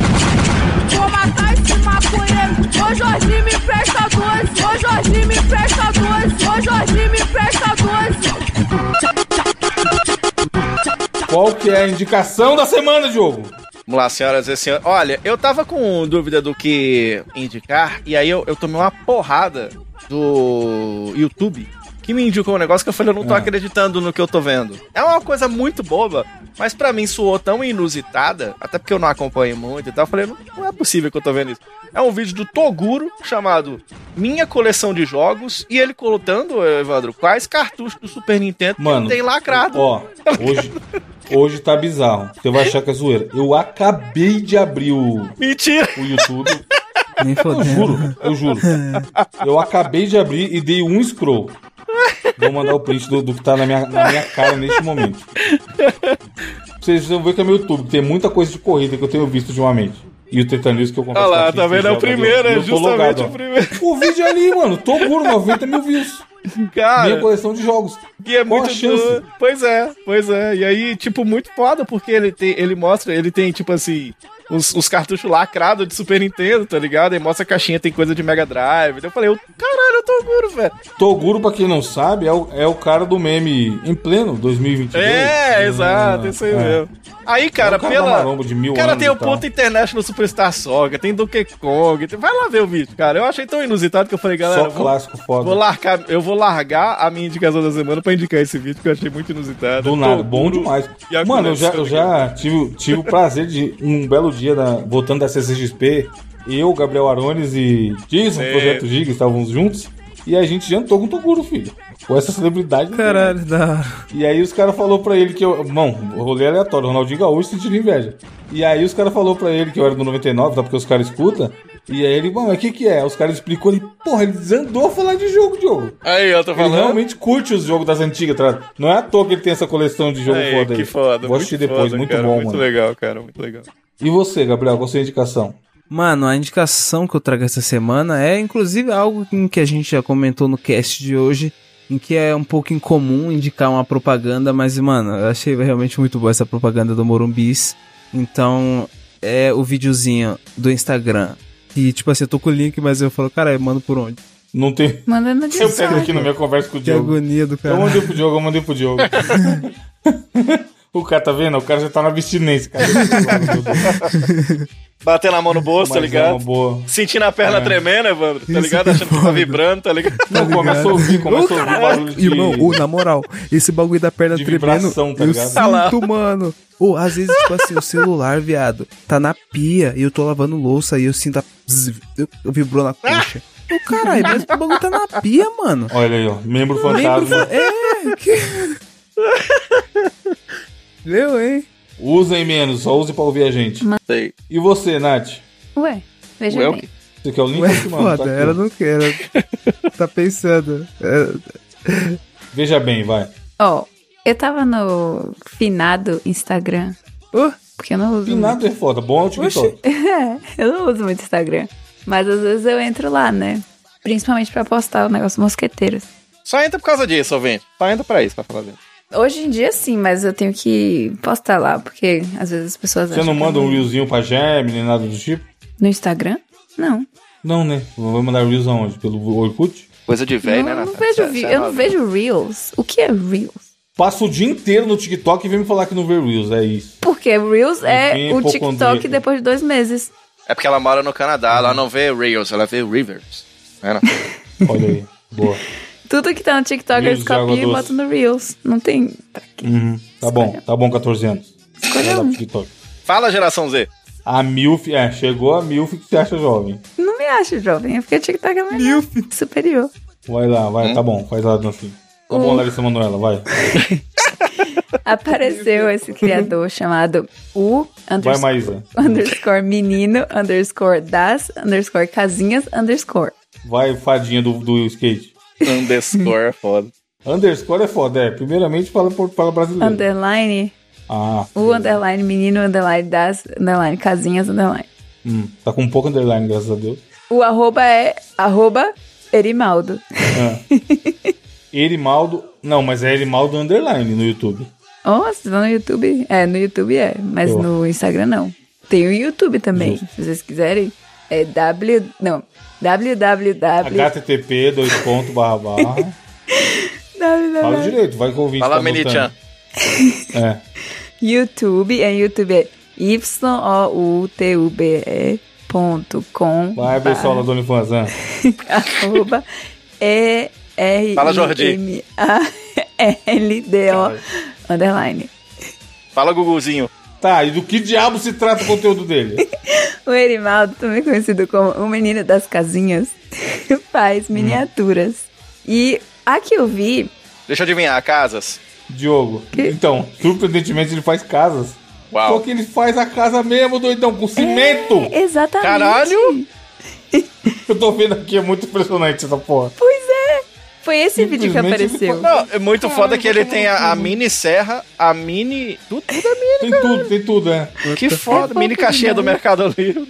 Speaker 7: Vou matar esse maconheiro. Ô Jorginho, me presta doze. Ô Jorginho, me presta doze. Ô Jorginho, me presta doze.
Speaker 2: Qual que é a indicação da semana, Diogo?
Speaker 5: Vamos lá, senhoras e senhores. Olha, eu tava com dúvida do que indicar, e aí eu, eu tomei uma porrada do YouTube, que me indicou um negócio que eu falei, eu não tô
Speaker 2: Ah.
Speaker 5: acreditando no que eu tô vendo. É uma coisa muito boba, mas pra mim soou tão inusitada, até porque eu não acompanho muito e tal, eu falei, não, não é possível que eu tô vendo isso. É um vídeo do Toguro chamado Minha Coleção de Jogos, e ele colocando, Evandro, quais cartuchos do Super Nintendo
Speaker 2: Mano,
Speaker 5: que ele tem lacrado.
Speaker 2: Ó, hoje, hoje tá bizarro. Você vai achar que é zoeira. Eu acabei de abrir o,
Speaker 5: Mentira!
Speaker 2: o YouTube.
Speaker 4: Nem
Speaker 2: Eu
Speaker 4: fodendo.
Speaker 2: juro, eu juro. Eu acabei de abrir e dei um scroll. Vou mandar o print do, do que tá na minha, na minha cara neste momento. Vocês vão ver que é meu YouTube. Tem muita coisa de corrida que eu tenho visto ultimamente. E o Tetanews que eu
Speaker 5: Olha
Speaker 2: confesso. que
Speaker 5: lá,
Speaker 2: eu
Speaker 5: tá
Speaker 2: assisto
Speaker 5: vendo? É
Speaker 2: joga
Speaker 5: o
Speaker 2: de-
Speaker 5: primeiro,
Speaker 2: e
Speaker 5: é
Speaker 2: eu tô
Speaker 5: justamente
Speaker 2: logado,
Speaker 5: o primeiro.
Speaker 2: ó. O vídeo é ali, mano. Tô burro, 90 mil views. Minha
Speaker 5: Cara,
Speaker 2: coleção de jogos.
Speaker 5: E é
Speaker 2: Qual
Speaker 5: muito
Speaker 2: a chance?
Speaker 5: doido. Pois é, pois é. E aí, tipo, muito foda, porque ele tem, ele mostra, ele tem, tipo assim, os, os cartuchos lacrados de Super Nintendo, tá ligado? E mostra a caixinha, tem coisa de Mega Drive. Então eu falei, eu, caralho, eu tô duro, velho.
Speaker 2: Toguro, pra quem não sabe, é o, é o cara do meme em pleno 2022.
Speaker 5: É, exato, isso aí
Speaker 2: Ah, Hum, é.
Speaker 5: mesmo. Aí, cara,
Speaker 2: É um cara
Speaker 5: pela.
Speaker 2: marombo de mil
Speaker 5: cara,
Speaker 2: anos
Speaker 5: tem
Speaker 2: e
Speaker 5: o
Speaker 2: tal.
Speaker 5: Ponto International Superstar Soga, tem Donkey Kong. tem- Vai lá ver o vídeo, cara. Eu achei tão inusitado que eu falei, galera.
Speaker 2: Só
Speaker 5: eu vou-
Speaker 2: clássico foda.
Speaker 5: Vou largar, eu vou largar a minha indicação da semana pra indicar esse vídeo que eu achei muito inusitado.
Speaker 2: Do
Speaker 5: Eu tô
Speaker 2: nada, bom
Speaker 5: duro.
Speaker 2: demais.
Speaker 5: E a
Speaker 2: Mano, eu já,
Speaker 5: coleção
Speaker 2: eu já tive, tive o prazer de um belo dia na- voltando da CCXP. Eu, Gabriel Arones e Jason,
Speaker 5: É.
Speaker 2: Projeto Giga, estávamos juntos. E a gente jantou com o Toguro, filho. Com essa celebridade.
Speaker 4: Caralho, da hora.
Speaker 2: E aí os caras falaram pra ele que eu. Bom, rolê é aleatório, Ronaldinho Gaúcho sentindo inveja. E aí os caras falaram pra ele que eu era do 99, tá? Porque os caras escutam. E aí ele, bom, mas o que que é? Os caras explicou ele, porra, ele desandou a falar de jogo, Diogo.
Speaker 5: Aí, eu tô
Speaker 2: Ele
Speaker 5: falando.
Speaker 2: realmente curte os jogos das antigas, tá? Não é à toa que ele tem essa coleção de jogo
Speaker 5: Aí,
Speaker 2: foda aí.
Speaker 5: que foda.
Speaker 2: Vou
Speaker 5: muito
Speaker 2: assistir depois,
Speaker 5: foda,
Speaker 2: muito
Speaker 5: cara,
Speaker 2: bom,
Speaker 5: Muito
Speaker 2: mano.
Speaker 5: legal, cara, muito legal.
Speaker 2: E você, Gabriel, qual a sua indicação?
Speaker 4: Mano, a indicação que eu trago essa semana é inclusive algo em que a gente já comentou no cast de hoje, em que é um pouco incomum indicar uma propaganda, mas, mano, eu achei realmente muito boa essa propaganda do Morumbis. Então, é o videozinho do Instagram. E, tipo assim, eu tô com o link, mas eu falo, cara, eu mando por onde?
Speaker 2: Não tem.
Speaker 3: Manda no
Speaker 2: Eu pego aqui
Speaker 3: Discord.
Speaker 2: na minha conversa com o
Speaker 4: Que
Speaker 2: Diogo.
Speaker 4: agonia do
Speaker 2: Eu
Speaker 4: cara.
Speaker 2: mandei pro Diogo, eu mandei pro Diogo. o cara tá vendo? O cara já tá na abstinência, cara. é
Speaker 5: Batendo a mão no bolso, tá
Speaker 2: Mas é uma
Speaker 5: ligado?
Speaker 2: boa. É.
Speaker 5: Sentindo a perna tremendo, Evandro, tá
Speaker 4: Isso
Speaker 5: ligado?
Speaker 4: que é
Speaker 5: Achando que tá
Speaker 4: foda.
Speaker 5: vibrando, tá ligado?
Speaker 2: Não, Então começa a ouvir, começa a ouvir o barulho de...
Speaker 4: Irmão, ô, na moral, esse bagulho da perna
Speaker 2: De
Speaker 4: tremendo,
Speaker 2: vibração, tá
Speaker 4: eu
Speaker 2: ligado?
Speaker 5: Tá lá.
Speaker 4: sinto, mano. Ou às vezes, tipo assim, o celular, viado, tá na pia e eu tô lavando louça e eu sinto a... zzz, eu, eu vibrou na coxa. Ô, caralho, mas o bagulho tá na pia, mano.
Speaker 2: Olha aí, ó. Membro
Speaker 4: Lembro...
Speaker 2: fantasma.
Speaker 4: É, que... Leu, hein?
Speaker 2: Usem menos, só use pra ouvir a gente.
Speaker 5: Sei.
Speaker 2: E você, Nath?
Speaker 3: Ué, veja
Speaker 5: Ué, o
Speaker 3: bem.
Speaker 2: Você quer o link?
Speaker 4: Ué,
Speaker 2: Eu te mando,
Speaker 4: É foda,
Speaker 2: tá aqui,
Speaker 4: ela
Speaker 2: ó.
Speaker 4: não quer. ela Tá pensando. É,
Speaker 2: Veja bem, vai.
Speaker 3: Ó, eu tava no finado Instagram. Uh,
Speaker 4: Ô,
Speaker 3: Porque eu não uso. muito.
Speaker 2: Pinado é foda. Bom é o TikTok.
Speaker 3: eu não uso muito Instagram. Mas às vezes eu entro lá, né? Principalmente pra postar o negócio mosqueteiros.
Speaker 5: Só entra por causa disso, ouvinte. Só entra pra isso, pra falar dentro.
Speaker 3: Hoje em dia sim, mas eu tenho que postar lá, porque às vezes as pessoas
Speaker 2: Você
Speaker 3: acham
Speaker 2: não
Speaker 3: que
Speaker 2: manda
Speaker 3: eu
Speaker 2: um reelzinho pra Germe, nem nada do tipo?
Speaker 3: No Instagram? Não.
Speaker 2: Não, né? Vai mandar reels aonde? Pelo Orkut?
Speaker 5: Coisa de velho,
Speaker 3: não,
Speaker 5: né,
Speaker 3: eu não
Speaker 5: Natália?
Speaker 3: vejo,
Speaker 5: Cê-
Speaker 3: vi-
Speaker 5: cê é
Speaker 3: eu não
Speaker 5: nova.
Speaker 3: vejo Reels. O que é Reels?
Speaker 2: Passa o dia inteiro no TikTok e vem me falar que não vê reels. É isso.
Speaker 3: Porque Reels é
Speaker 2: Ninguém
Speaker 3: o
Speaker 2: é
Speaker 3: TikTok
Speaker 2: hipocondríaco.
Speaker 3: depois de dois meses.
Speaker 5: É porque ela mora no Canadá, ela não vê Reels, ela vê Rivers. É, Natália?
Speaker 2: Olha aí. Boa.
Speaker 3: Tudo que tá no TikTok
Speaker 2: Reels
Speaker 3: eles
Speaker 2: de água
Speaker 3: copiam e
Speaker 2: doce.
Speaker 3: botam no Reels. Não tem. pra quê?
Speaker 2: Uhum. Tá bom. Tá bom, 14 anos. Vai lá pro TikTok.
Speaker 5: Fala, geração Z.
Speaker 2: A Milf... É, chegou a Milf que você acha jovem.
Speaker 3: Não me acho jovem, é porque o TikTok é mais superior.
Speaker 2: Vai lá, vai. Tá bom. Faz lá a dancinha. Tá bom, Larissa Manoela, vai.
Speaker 3: Apareceu esse criador chamado U
Speaker 2: Vai,
Speaker 3: underscore,
Speaker 2: Maísa.
Speaker 3: underscore menino underscore das underscore casinhas underscore.
Speaker 2: Vai, fadinha do, do skate.
Speaker 5: Underscore é foda.
Speaker 2: Underscore é foda, é. Primeiramente fala, por- fala brasileiro.
Speaker 3: Underline,
Speaker 2: Ah,
Speaker 3: U underline menino underline das underline casinhas underline.
Speaker 2: hum, tá com um pouco underline, graças a Deus.
Speaker 3: O arroba é arroba Erimaldo.
Speaker 2: É. Erimaldo. Não, mas é Erimaldo underline no YouTube.
Speaker 3: Oh, se tá no YouTube? É, no YouTube é, mas
Speaker 2: Eu.
Speaker 3: no Instagram não. Tem o YouTube também, se vocês quiserem. É W. Não. www.
Speaker 2: HTTP, dois pontos, barra, barra. Fala direito, vai que o ouvinte
Speaker 5: Fala,
Speaker 2: tá
Speaker 5: Menichan.
Speaker 2: anotando. É.
Speaker 3: YouTube, é YouTube é Y-O-U-T-U-B-E ponto com
Speaker 2: Vai, pessoal lá do OnlyFans. né?
Speaker 3: arroba e R
Speaker 5: Fala,
Speaker 3: I M A L D O underline.
Speaker 5: Fala, Guguzinho.
Speaker 2: Tá, e do que diabo se trata o conteúdo dele?
Speaker 3: O Erimaldo, também conhecido como o menino das casinhas, faz miniaturas. E a que eu vi,
Speaker 5: Deixa eu adivinhar, casas.
Speaker 2: Diogo. Então, surpreendentemente ele faz casas. Só
Speaker 5: Uau.
Speaker 2: que ele faz a casa mesmo, doidão, com cimento.
Speaker 3: é exatamente.
Speaker 5: Caralho!
Speaker 2: Eu tô vendo aqui, é muito impressionante essa porra.
Speaker 3: Pois é! Foi esse vídeo que
Speaker 2: Simplesmente ele
Speaker 3: apareceu.
Speaker 5: Não, é muito foda que ele tem a, a mini serra, a mini. Tudo, tudo é
Speaker 2: Tem tudo, tem tudo, né?
Speaker 5: mini. Que foda, mini caixinha do Mercado Livre.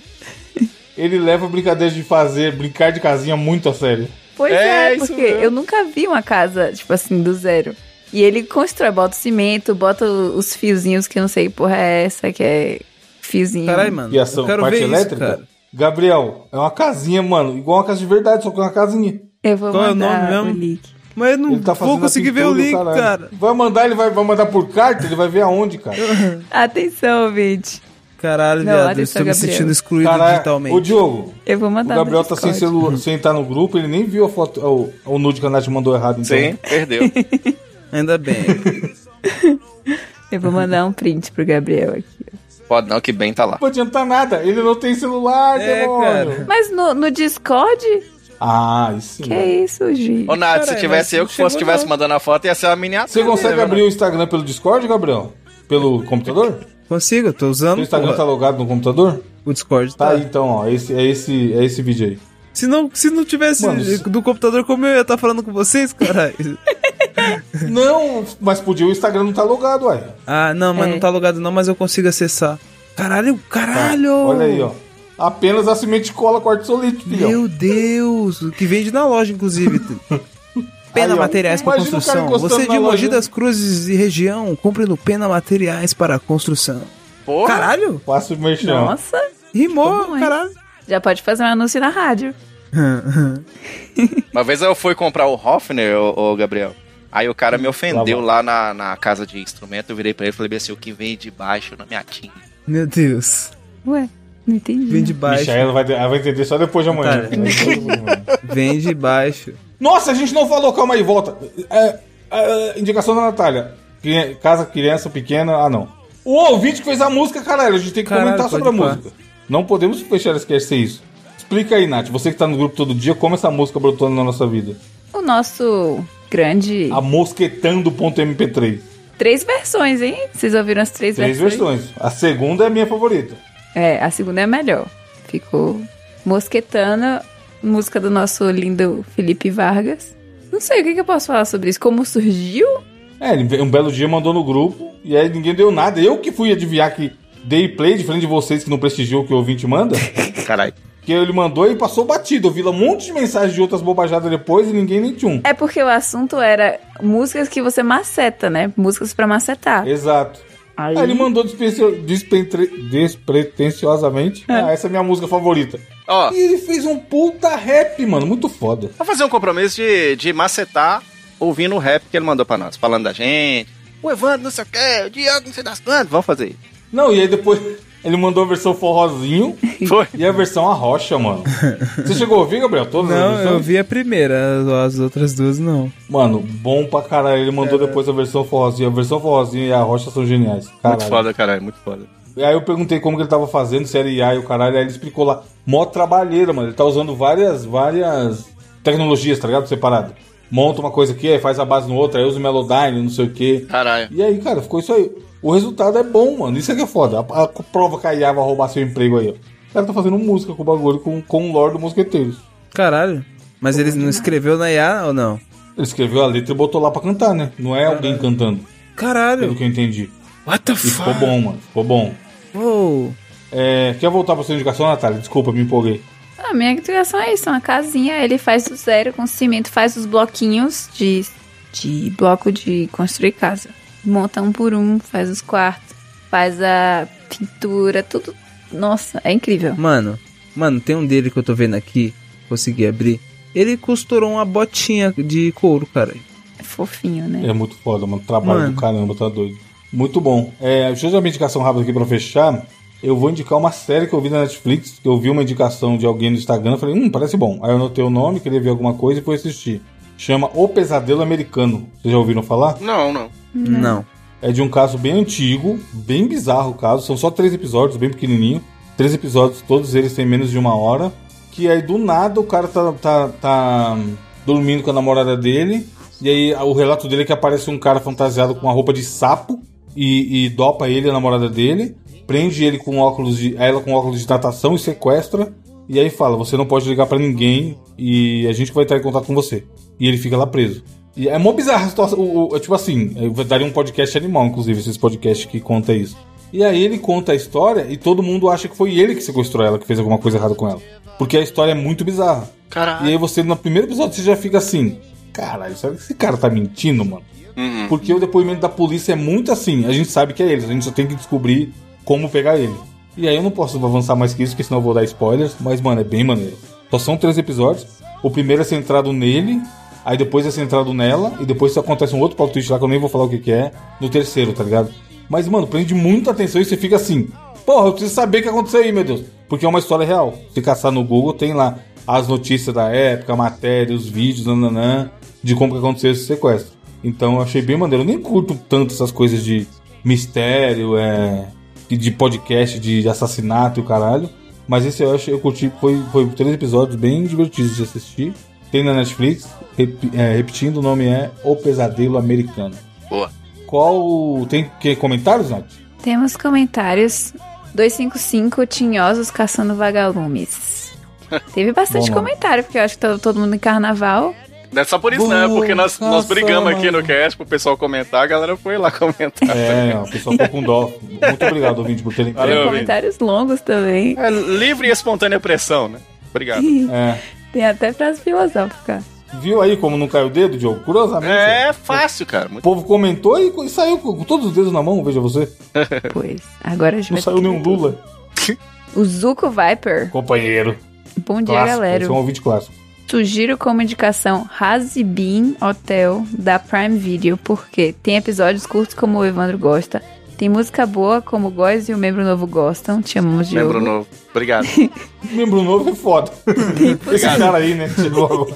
Speaker 2: Ele leva a brincadeira de fazer, brincar de casinha muito a sério.
Speaker 3: Pois
Speaker 5: É,
Speaker 3: é,
Speaker 5: isso
Speaker 3: porque
Speaker 5: mesmo.
Speaker 3: eu nunca vi uma casa, tipo assim, do zero. E ele constrói, bota o cimento, bota o- os fiozinhos, que eu não sei que porra é essa, que é fiozinho.
Speaker 4: Caralho, mano.
Speaker 2: E essa
Speaker 4: Eu quero
Speaker 2: parte
Speaker 4: ver
Speaker 2: elétrica.
Speaker 4: isso, cara.
Speaker 2: um Gabriel, é uma casinha, mano. Igual uma casa de verdade, só que é uma casinha.
Speaker 3: Eu vou
Speaker 4: Qual é o
Speaker 3: mandar
Speaker 4: nome
Speaker 3: o
Speaker 4: mesmo?
Speaker 3: link.
Speaker 4: Mas eu não
Speaker 2: Ele tá fazendo
Speaker 4: vou
Speaker 2: a
Speaker 4: conseguir ver
Speaker 2: pintura
Speaker 4: o
Speaker 2: do
Speaker 4: link,
Speaker 2: caralho.
Speaker 4: cara.
Speaker 2: Vai mandar, ele vai, vai mandar por carta, ele vai ver aonde, cara.
Speaker 3: Atenção, gente.
Speaker 4: Caralho,
Speaker 3: Não,
Speaker 4: viado.
Speaker 3: olha
Speaker 4: Eu
Speaker 3: só,
Speaker 4: estou me
Speaker 3: Gabriel.
Speaker 4: sentindo excluído
Speaker 2: Caralho,
Speaker 4: digitalmente.
Speaker 2: ô Diogo,
Speaker 3: Eu vou
Speaker 2: o
Speaker 3: mandar. no
Speaker 2: Gabriel tá sem
Speaker 3: Discord.
Speaker 2: celular, sem estar no grupo, ele nem viu a foto, o, o nude que a Nath mandou errado, então.
Speaker 5: Sim, perdeu.
Speaker 4: Ainda bem.
Speaker 3: Eu vou mandar um print pro Gabriel aqui.
Speaker 5: Pode não, que bem tá lá.
Speaker 2: Não pode adiantar nada, ele não tem celular,
Speaker 4: É,
Speaker 2: demônio.
Speaker 4: cara.
Speaker 3: Mas no, no Discord?
Speaker 2: Ah, isso.
Speaker 3: Que é isso, gente?
Speaker 5: Ô, Nath,
Speaker 4: Caralho,
Speaker 5: se tivesse
Speaker 4: mas
Speaker 5: eu
Speaker 4: não
Speaker 5: que fosse,
Speaker 4: chegou,
Speaker 5: tivesse
Speaker 4: não.
Speaker 5: mandando a foto, ia ser uma miniatura.
Speaker 2: Você consegue
Speaker 5: né,
Speaker 2: abrir o Instagram pelo Discord, Gabriel? Pelo computador?
Speaker 4: Consigo, eu tô
Speaker 2: O
Speaker 4: usando
Speaker 2: Instagram
Speaker 4: porra.
Speaker 2: tá logado no computador?
Speaker 4: o Discord.
Speaker 2: Tá
Speaker 4: Tá.
Speaker 2: aí então, ó. Esse, é, esse, é esse vídeo aí.
Speaker 4: Se, não, se não tivesse
Speaker 2: Mano,
Speaker 4: do computador como eu ia estar falando com vocês, caralho.
Speaker 2: Não, mas podia o Instagram não tá logado, ué.
Speaker 4: ah, não, mas
Speaker 3: É.
Speaker 4: não tá logado não, mas eu consigo acessar. Caralho, caralho!
Speaker 2: Tá. Olha aí, ó. Apenas a semente cola quarto solito, filhão.
Speaker 4: Meu Deus, o que vende na loja, inclusive.
Speaker 2: Aí,
Speaker 4: Pena
Speaker 2: ó.
Speaker 4: Materiais para
Speaker 2: Imagina o cara
Speaker 4: Construção.
Speaker 2: encostando
Speaker 4: Você de
Speaker 2: na
Speaker 4: Mogi
Speaker 2: loja.
Speaker 4: das Cruzes e região, compre no Pena Materiais para Construção.
Speaker 5: Porra.
Speaker 4: Caralho,
Speaker 2: Faça o merchan.
Speaker 3: Nossa!
Speaker 4: rimou,
Speaker 3: Tá bom, hein?
Speaker 4: caralho.
Speaker 3: Já pode fazer um anúncio na rádio.
Speaker 5: Uma vez eu fui comprar o Hoffner, ô, ô, Gabriel. Aí o cara me ofendeu lá na, na casa de instrumento. Eu virei pra ele e falei bem assim: o que vem de baixo não me atinge.
Speaker 4: Meu Deus,
Speaker 3: Ué, não entendi.
Speaker 4: vem de baixo,
Speaker 2: Bicha, ela vai, ela vai entender só depois de amanhã.
Speaker 4: Tá. vem de baixo.
Speaker 2: Nossa, a gente não falou, calma aí, volta. É, é, indicação da Natália. Cri- Casa, criança pequena, ah não. O ouvinte que fez a música, caralho, a gente tem que
Speaker 4: Caralho,
Speaker 2: comentar sobre a
Speaker 4: pode pá.
Speaker 2: música. Não podemos fechar esquecer isso. Explica aí, Nath, você que tá no grupo todo dia, como essa música brotou na nossa vida.
Speaker 3: O nosso grande.
Speaker 2: A mosquetando.mp3.
Speaker 3: Três versões, hein? Vocês ouviram as três,
Speaker 2: Três versões. A segunda é a minha favorita.
Speaker 3: É, a segunda é a melhor. Ficou Mosquetana, música do nosso lindo Felipe Vargas. Não sei o que, que eu posso falar sobre isso. Como surgiu?
Speaker 2: É, ele um belo dia mandou no grupo e aí ninguém deu nada. Eu que fui adivinhar que dei play, diferente de vocês que não prestigiou o que o ouvinte manda.
Speaker 5: Caralho.
Speaker 2: que ele mandou e passou batido. Eu vi lá um monte de mensagem de outras bobajadas depois e ninguém nem tinha um.
Speaker 3: É porque o assunto era músicas que você maceta, né? Músicas pra macetar.
Speaker 2: Exato.
Speaker 3: Aí,
Speaker 2: Aí ele mandou despencio- despre- despretensiosamente. Ah, essa é a minha música favorita.
Speaker 5: Ó,
Speaker 2: E ele fez um puta rap, mano. Muito foda.
Speaker 5: vou fazer um compromisso de, de macetar ouvindo o rap que ele mandou pra nós, falando da gente. O Evandro não sei o quê, o Diogo não sei das quantas. Vamos fazer isso.
Speaker 2: Não, e aí depois ele mandou a versão forrozinho
Speaker 5: Foi.
Speaker 2: e a versão a rocha, mano. Você chegou a ouvir, Gabriel? Todas as
Speaker 4: Não,
Speaker 2: versões?
Speaker 4: eu vi a primeira, as- as outras duas não.
Speaker 2: Mano, bom pra caralho. Ele mandou depois a versão forrozinha. A versão forrozinha e a rocha são geniais. Caralho.
Speaker 5: Muito foda, caralho, muito foda.
Speaker 2: E Aí eu perguntei como que ele tava fazendo, se era IA e o caralho, aí ele explicou lá. Mó trabalheira, mano. Ele tá usando várias, várias tecnologias, tá ligado? Separado. Monta uma coisa aqui, aí faz a base no outro, aí usa o Melodyne, não sei o quê.
Speaker 5: Caralho.
Speaker 2: E aí, cara, ficou isso aí. O resultado é bom, mano. Isso é que é foda. A, a prova que a IA vai roubar seu emprego aí, ó. O cara tá fazendo música com o bagulho, com, com o Lorde do Mosqueteiros.
Speaker 4: Caralho, mas ele não escreveu na IA ou não?
Speaker 2: Ele escreveu a letra e botou lá pra cantar, né? Não é alguém cantando, pelo
Speaker 4: Caralho,
Speaker 2: que eu entendi.
Speaker 4: what the
Speaker 2: E ficou
Speaker 4: fuck?
Speaker 2: bom, mano. Ficou bom.
Speaker 4: Uou.
Speaker 2: É, quer voltar pra sua indicação, Natália? Desculpa, me empolguei.
Speaker 3: A minha criação é isso, uma casinha. Ele faz do zero com cimento, faz os bloquinhos de, de bloco de construir casa. Monta um por um, faz os quartos, faz a pintura, tudo. Nossa, é incrível.
Speaker 4: Mano, mano, tem um dele que eu tô vendo aqui, consegui abrir. Ele costurou uma botinha de couro, cara.
Speaker 3: É fofinho, né?
Speaker 2: É muito foda, mano. Trabalho
Speaker 4: Mano.
Speaker 2: do caramba, tá doido. Muito bom. É, deixa eu dar uma indicação rápida aqui pra fechar. Eu vou indicar uma série que eu vi na Netflix. que Eu vi uma indicação de alguém no Instagram. eu Falei, hum, parece bom. Aí eu anotei o nome, queria ver alguma coisa e fui assistir. Chama O Pesadelo Americano. Vocês já ouviram falar?
Speaker 5: Não, não.
Speaker 4: Não.
Speaker 2: É de um caso bem antigo, bem bizarro o caso. São só três episódios, bem pequenininho. Três episódios, todos eles têm menos de uma hora. Que aí do nada o cara tá, tá, tá dormindo com a namorada dele. E aí o relato dele é que aparece um cara fantasiado com uma roupa de sapo e, e dopa ele, e a namorada dele. Prende ele com óculos de, ela com óculos de natação e sequestra. E aí fala: você não pode ligar pra ninguém e a gente que vai entrar em contato com você. E ele fica lá preso. E é mó bizarra a situação. O, o- é tipo assim, eu daria um podcast animal, inclusive, esses podcasts que conta isso. E aí ele conta a história e todo mundo acha que foi ele que sequestrou ela, que fez alguma coisa errada com ela. Porque a história é muito bizarra.
Speaker 6: Caralho.
Speaker 2: E aí você, no primeiro episódio, você já fica assim: caralho, será que esse cara tá mentindo, mano?
Speaker 5: Uhum.
Speaker 2: Porque o depoimento da polícia é muito assim, a gente sabe que é ele, a gente só tem que descobrir como pegar ele. E aí eu não posso avançar mais que isso, porque senão eu vou dar spoilers, mas mano, é bem maneiro. Só são três episódios. O primeiro é centrado nele, aí depois é centrado nela, e depois acontece um outro plot twist lá que eu nem vou falar o que, que é, no terceiro, tá ligado? Mas, mano, prende muita atenção e você fica assim, porra, eu preciso saber o que aconteceu aí, meu Deus. Porque é uma história real. Se caçar no Google, tem lá as notícias da época, a matéria, os vídeos, nananã, de como que aconteceu esse sequestro. Então eu achei bem maneiro. Eu nem curto tanto essas coisas de mistério, é, e de podcast, de assassinato e o caralho. Mas esse eu achei, eu curti, foi, foi três episódios bem divertidos de assistir. Tem na Netflix, rep- é, repetindo, o nome é O Pesadelo Americano.
Speaker 5: Boa.
Speaker 2: Qual. Tem que, comentários, Nath?
Speaker 3: Temos comentários. 255 Tinhosos Caçando Vagalumes. Teve bastante
Speaker 2: Bom nome. Tá
Speaker 3: comentário, porque eu acho que tá todo mundo em carnaval.
Speaker 8: Não é só por isso, né?
Speaker 2: Boa,
Speaker 8: Porque nós, nós
Speaker 2: nossa,
Speaker 8: brigamos aqui
Speaker 2: mano.
Speaker 8: no cast pro pessoal comentar, a galera foi lá
Speaker 5: Ah,
Speaker 8: comentar.
Speaker 2: É, o pessoal ficou com dó. Muito obrigado, ouvinte, por terem
Speaker 8: Valeu,
Speaker 2: pego.
Speaker 8: ouvinte.
Speaker 3: Comentários longos também.
Speaker 8: É livre e espontânea pressão, né? Obrigado.
Speaker 2: É.
Speaker 3: Tem até frase filosófica.
Speaker 2: Viu aí como não caiu o dedo, Diogo? Curiosamente.
Speaker 5: É fácil, cara.
Speaker 2: O
Speaker 5: Muito...
Speaker 2: povo comentou e, e saiu com, com todos os dedos na mão, veja você.
Speaker 3: Pois, agora a gente
Speaker 2: Não
Speaker 3: vai
Speaker 2: saiu
Speaker 3: ter que
Speaker 2: nenhum
Speaker 3: ver tudo.
Speaker 2: Lula.
Speaker 3: O Zuko Viper.
Speaker 2: Companheiro.
Speaker 3: Bom dia,
Speaker 2: Clássico.
Speaker 3: galera.
Speaker 2: Esse é um ouvinte clássico.
Speaker 3: Sugiro como indicação Hazibin Hotel da Prime Video, porque tem episódios curtos como o Evandro gosta, tem música boa como o Góis e o Membro Novo gostam, te amamos de
Speaker 5: Lembro novo. Obrigado.
Speaker 2: Membro novo é foda. Esse cara aí, né? Chegou agora.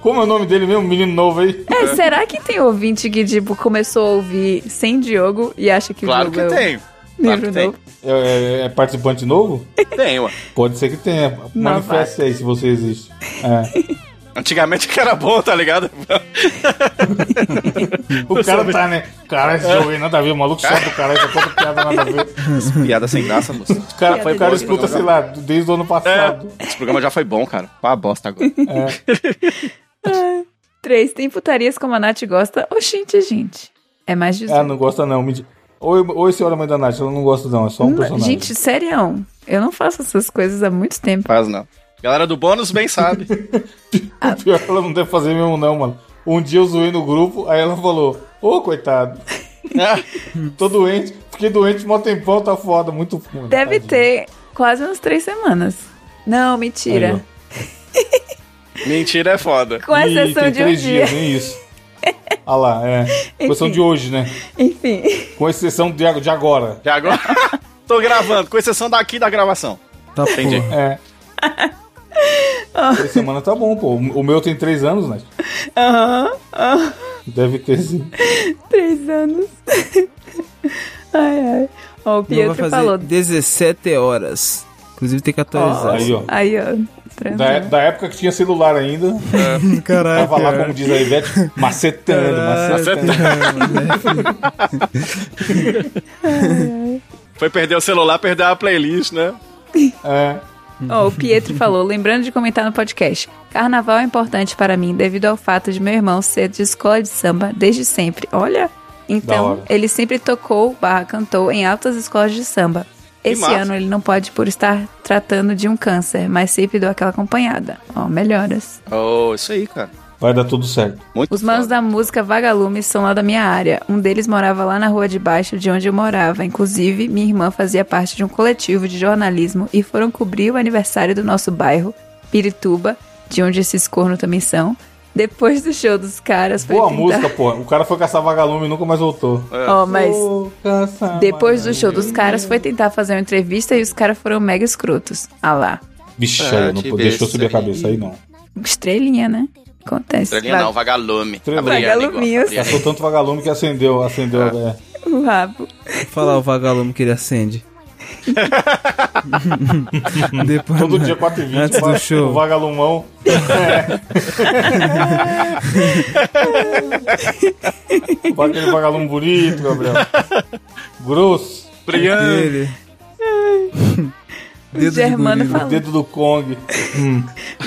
Speaker 2: Como é o nome dele mesmo? Menino novo aí.
Speaker 3: É, será que tem ouvinte que, tipo, começou a ouvir sem Diogo e acha que
Speaker 5: Claro
Speaker 3: o
Speaker 5: que
Speaker 3: Diogo é o
Speaker 5: tem. Claro
Speaker 3: Membro
Speaker 5: que tem.
Speaker 3: Novo?
Speaker 2: É, é- é participante novo?
Speaker 5: Tem, ué.
Speaker 2: Pode ser que tenha. Manifeste aí se você existe. É.
Speaker 5: Antigamente que era bom, tá ligado?
Speaker 2: O cara tá, né? Cara, esse jogo aí nada a ver. O maluco chato do caralho, só conta piada nada a ver.
Speaker 5: Piada sem graça, moço.
Speaker 2: O cara,
Speaker 3: Piada
Speaker 2: o cara
Speaker 3: de
Speaker 2: escuta,
Speaker 5: jogo.
Speaker 2: sei lá, desde o ano passado.
Speaker 5: Esse programa já foi bom, cara. Pá, bosta agora.
Speaker 3: 3. Tem putarias como a Nath gosta. Oxente, gente. É mais de
Speaker 2: Ah, não gosta não. Me di- Oi, oi, senhora mãe da Nath, ela não gosta não, é só um personagem.
Speaker 3: Gente, sério, eu não faço essas coisas há muito tempo.
Speaker 5: Faz não. Galera do bônus bem sabe.
Speaker 2: Pior que ela não deve fazer mesmo, não, mano. Um dia eu zoei no grupo, aí ela falou: Ô, coitado.
Speaker 8: Ah,
Speaker 2: Tô doente, fiquei doente mó tempão, tá foda, muito foda.
Speaker 3: Deve
Speaker 2: Tadinho.
Speaker 3: ter quase umas três semanas. Não, mentira.
Speaker 2: Aí,
Speaker 8: Mentira é foda.
Speaker 3: Com
Speaker 2: Ih,
Speaker 3: exceção
Speaker 2: tem
Speaker 3: de um
Speaker 2: três
Speaker 3: dia.
Speaker 2: dias, nem isso. Ah lá, é. Com exceção
Speaker 3: Enfim.
Speaker 2: de hoje, né?
Speaker 3: Enfim.
Speaker 2: Com exceção de, ag- de agora.
Speaker 5: E agora. Tô gravando, com exceção daqui da gravação.
Speaker 4: Tá
Speaker 5: Entendi.
Speaker 4: porra.
Speaker 2: É. Três semanas tá bom, pô. O meu tem três anos, né?
Speaker 3: Aham. aham.
Speaker 2: Deve ter sim.
Speaker 3: Três anos. ai, ai. Ó, o
Speaker 4: Não Então vai
Speaker 3: Pietro
Speaker 4: fazer
Speaker 3: falou.
Speaker 4: 17 horas. Inclusive tem que
Speaker 3: é.
Speaker 4: atualizar.
Speaker 2: Aí, ó.
Speaker 3: Aí, ó. transou.
Speaker 2: Da, da época que tinha celular ainda.
Speaker 4: Caraca.
Speaker 2: Tava lá, como diz a Ivete, macetando,
Speaker 3: É.
Speaker 2: macetando.
Speaker 8: Foi perder o celular, perder a playlist, né?
Speaker 2: É.
Speaker 3: Ó, o Pietro falou, lembrando de comentar no podcast. Carnaval é importante para mim devido ao fato de meu irmão ser de escola de samba desde sempre. Olha.
Speaker 2: hora.
Speaker 3: Então, ele sempre tocou, barra cantou em altas escolas de samba. Esse
Speaker 5: massa.
Speaker 3: ano ele não pode por estar tratando de um câncer, mas sempre dou aquela acompanhada. Ó, melhoras.
Speaker 5: Oh, isso aí, cara.
Speaker 2: Vai dar tudo certo.
Speaker 5: Muito
Speaker 3: Os manos
Speaker 5: foda.
Speaker 3: da música Vagalumes são lá da minha área. Um deles morava lá na rua de baixo de onde eu morava. Inclusive, minha irmã fazia parte de um coletivo de jornalismo e foram cobrir o aniversário do nosso bairro, Pirituba, de onde esses cornos também são. Depois do show dos caras, foi
Speaker 2: Boa
Speaker 3: tentar-
Speaker 2: música, pô. O cara foi caçar vagalume e nunca mais voltou.
Speaker 3: Ó, mas
Speaker 2: Vou caçar
Speaker 3: depois do
Speaker 2: vagalume.
Speaker 3: show dos caras, foi tentar fazer uma entrevista e os caras foram mega escrotos. Ah lá.
Speaker 2: Vixe,
Speaker 5: Ah,
Speaker 2: eu não
Speaker 5: te
Speaker 2: deixou
Speaker 5: besta
Speaker 2: subir a
Speaker 5: aí.
Speaker 2: cabeça aí, não.
Speaker 3: Estrelinha, né? Acontece.
Speaker 8: Estrelinha não, vagalume.
Speaker 2: Estrelinha.
Speaker 8: A Briane gosta,
Speaker 3: Vagaluminhos.
Speaker 8: a Briane.
Speaker 2: Passou tanto vagalume que acendeu, acendeu.
Speaker 5: Ah.
Speaker 2: é.
Speaker 3: O rabo.
Speaker 4: Falar o vagalume que ele acende. Depois,
Speaker 2: Todo dia 4 h 20
Speaker 4: Antes do show.
Speaker 2: O vagalumão. É. Vai aquele vagalume bonito, Gabriel. Grosso.
Speaker 8: Briane.
Speaker 4: Dele.
Speaker 3: O Germano
Speaker 4: gorila.
Speaker 3: falando.
Speaker 2: Dedo do Kong.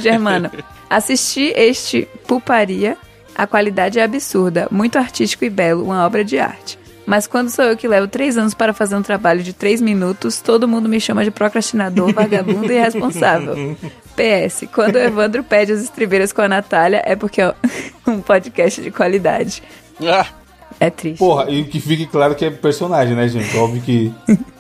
Speaker 3: Germano, assisti este Pulparia. A qualidade é absurda, muito artístico e belo, uma obra de arte. Mas quando sou eu que levo três anos para fazer um trabalho de três minutos, todo mundo me chama de procrastinador, vagabundo e irresponsável. PS, quando o Evandro pede as estribeiras com a Natália, é porque é um podcast de qualidade.
Speaker 8: Ah,
Speaker 3: É triste.
Speaker 2: Porra, e que fique claro que é personagem, né, gente? Óbvio que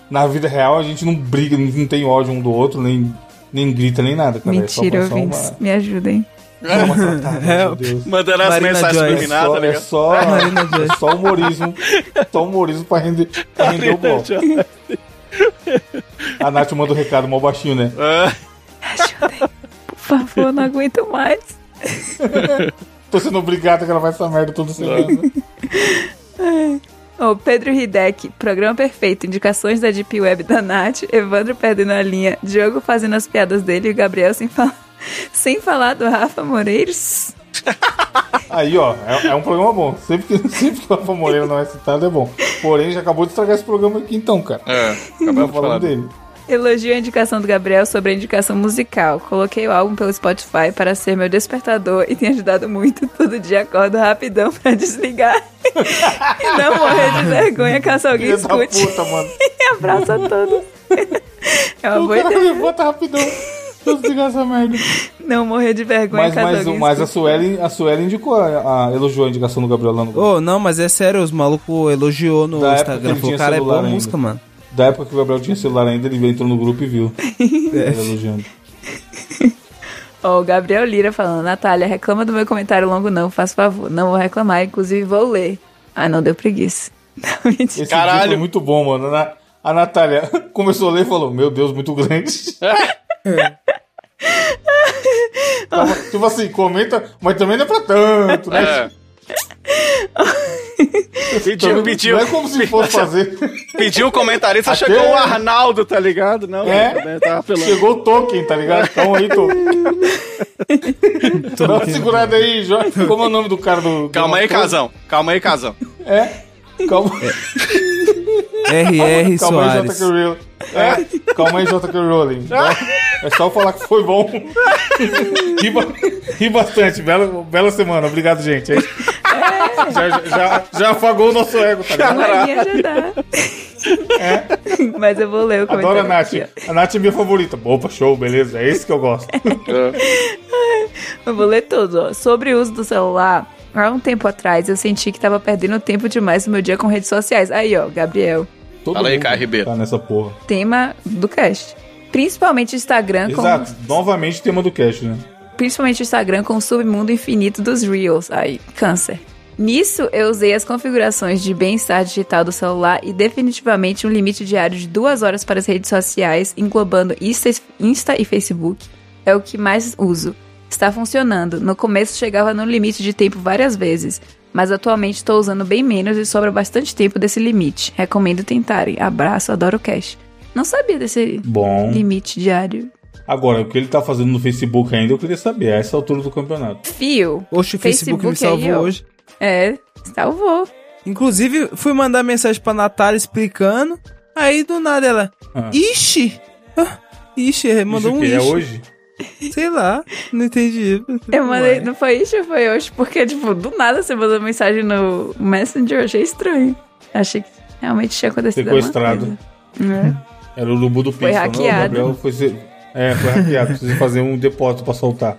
Speaker 2: na vida real a gente não briga, não tem ódio um do outro, nem, nem grita, nem nada, cara.
Speaker 3: Mentira,
Speaker 2: é só,
Speaker 3: ouvintes. Me ajudem.
Speaker 2: É uma tratada, meu Deus.
Speaker 8: mandando as
Speaker 4: Marina
Speaker 8: mensagens
Speaker 4: Joyce.
Speaker 2: É
Speaker 8: subliminadas,
Speaker 2: só,
Speaker 8: tá
Speaker 2: é
Speaker 8: ligado?
Speaker 2: só,
Speaker 4: Marina
Speaker 2: é
Speaker 4: Joyce.
Speaker 2: só humorismo. Só humorismo pra render, pra render o bloco. A Nath manda o recado mó baixinho, né?
Speaker 8: Ah,
Speaker 3: Por favor, não aguento mais.
Speaker 2: Tô sendo obrigado a gravar essa merda toda semana.
Speaker 3: Ô, Pedro Hideck, programa perfeito, indicações da Deep Web da Nath, Evandro perdendo a linha, Diogo fazendo as piadas dele e o Gabriel sem falar, sem falar do Rafa Moreiros.
Speaker 2: Aí, ó, é, é um programa bom. Sempre que, sempre que o Rafa Moreira não é citado, é bom. Porém, já acabou de estragar esse programa aqui então, cara.
Speaker 8: é,
Speaker 2: Tava
Speaker 8: acabamos de falar
Speaker 2: falando dele.
Speaker 3: Elogio a indicação do Gabriel sobre a indicação musical. Coloquei o álbum pelo Spotify para ser meu despertador e tem ajudado muito. Todo dia acordo rapidão para desligar e não morrer de vergonha caso alguém
Speaker 2: Filha da
Speaker 3: escute.
Speaker 2: puta, mano.
Speaker 3: E abraço a todos. É uma
Speaker 2: o
Speaker 3: boa
Speaker 2: cara
Speaker 3: ideia.
Speaker 2: levanta rapidão. Deixa eu desligar essa merda.
Speaker 3: Não morrer de vergonha
Speaker 2: Mas, um,
Speaker 3: caso
Speaker 2: mas,
Speaker 3: alguém
Speaker 2: mas a,
Speaker 3: escute.
Speaker 2: Suelen, a Suelen indicou, a, a- elogiou a indicação do Gabriel lá no
Speaker 4: Ô, não, mas é sério, os malucos elogiou no
Speaker 2: Da época que
Speaker 4: Instagram.
Speaker 2: ele
Speaker 4: Falou,
Speaker 2: tinha
Speaker 4: cara, é
Speaker 2: celular
Speaker 4: boa
Speaker 2: ainda.
Speaker 4: música, mano.
Speaker 2: Da época que o Gabriel tinha celular ainda, ele entrou no grupo e viu. Ele elogiando.
Speaker 3: Ó, o Gabriel Lira falando, Natália, reclama do meu comentário longo não, faz favor. Não vou reclamar, inclusive vou ler. Ah, não, deu preguiça. Não, mentira.
Speaker 2: Esse
Speaker 8: Caralho.
Speaker 2: Caralho. muito bom, mano. A Na- A Natália começou a ler e falou: Meu Deus, muito grande. Tava, tipo assim, comenta, mas também não é pra tanto, né?
Speaker 8: É.
Speaker 2: Também
Speaker 8: Ah. pediu, pediu,
Speaker 2: Não é como se fosse fazer.
Speaker 8: pediu o comentarista,
Speaker 2: Até-
Speaker 8: chegou o Arnaldo, tá ligado? Não,
Speaker 2: É.
Speaker 8: tá apelando.
Speaker 2: Chegou o Tolkien, tá ligado? Então aí, Tolkien. Dá uma segurada aí, Jorge. Como é o nome do cara do. do-
Speaker 8: Calma aí, casão. Calma aí, casão.
Speaker 2: É. Calma,
Speaker 4: R.R.
Speaker 2: calma aí, tá
Speaker 4: Soares.
Speaker 2: J.K. Rowling. É. Calma aí, J.K. Rowling. É só eu falar que foi bom. Ri, ba- ri bastante. Bela, bela semana. Obrigado, gente. É isso. Já, já- já, já afagou o nosso ego, tá ligado?
Speaker 3: Uma linha já dá. Mas eu vou ler o
Speaker 2: É? Adoro
Speaker 3: comentário
Speaker 2: a Nath.
Speaker 3: aqui, ó.
Speaker 2: A Nath é minha favorita. Opa, show, beleza. É isso que eu gosto.
Speaker 3: Eu vou ler tudo. ó. Sobre o uso do celular, há um tempo atrás eu senti que tava perdendo tempo demais no meu dia com redes sociais. Aí, ó, Gabriel.
Speaker 2: Todo
Speaker 8: Fala aí,
Speaker 2: mundo
Speaker 8: Caio Ribeiro.
Speaker 2: Tá nessa porra.
Speaker 3: Tema do cast. Principalmente Instagram com
Speaker 2: Exato. Novamente tema do cast, né?
Speaker 3: principalmente o Instagram, com o submundo infinito dos Reels. Aí, câncer. Nisso, eu usei as configurações de bem-estar digital do celular e definitivamente um limite diário de duas horas para as redes sociais, englobando Insta, Insta e Facebook. É o que mais uso. Está funcionando. No começo chegava no limite de tempo várias vezes, mas atualmente estou usando bem menos e sobra bastante tempo desse limite. Recomendo tentarem. Abraço, adoro o cash. Não sabia desse
Speaker 2: Bom.
Speaker 3: limite diário.
Speaker 2: Agora, o que ele tá fazendo no Facebook ainda, eu queria saber. A essa altura do campeonato.
Speaker 3: Fio.
Speaker 4: Oxe, o Facebook, me
Speaker 3: Facebook aí,
Speaker 4: salvou
Speaker 3: ó.
Speaker 4: hoje.
Speaker 3: É, salvou.
Speaker 4: Inclusive, fui mandar mensagem pra Natália explicando. Aí do nada ela.
Speaker 2: Ah.
Speaker 4: Ixi! Ah, Ixi, mandou
Speaker 2: Isso
Speaker 4: um
Speaker 2: que
Speaker 4: ixi.
Speaker 2: é hoje?
Speaker 4: Sei lá, não entendi.
Speaker 3: Eu
Speaker 2: é?
Speaker 3: mandei,
Speaker 4: Ué.
Speaker 3: não foi isso ou foi hoje? Porque, tipo, do nada você mandou mensagem no Messenger, eu achei estranho. Achei que realmente tinha acontecido alguma
Speaker 2: Sequestrado.
Speaker 3: coisa. É.
Speaker 2: Era o urubu do Pix.
Speaker 3: Foi hackeado.
Speaker 2: Não, Gabriel foi ser... É, foi hackeado. Precisa fazer um depósito pra soltar.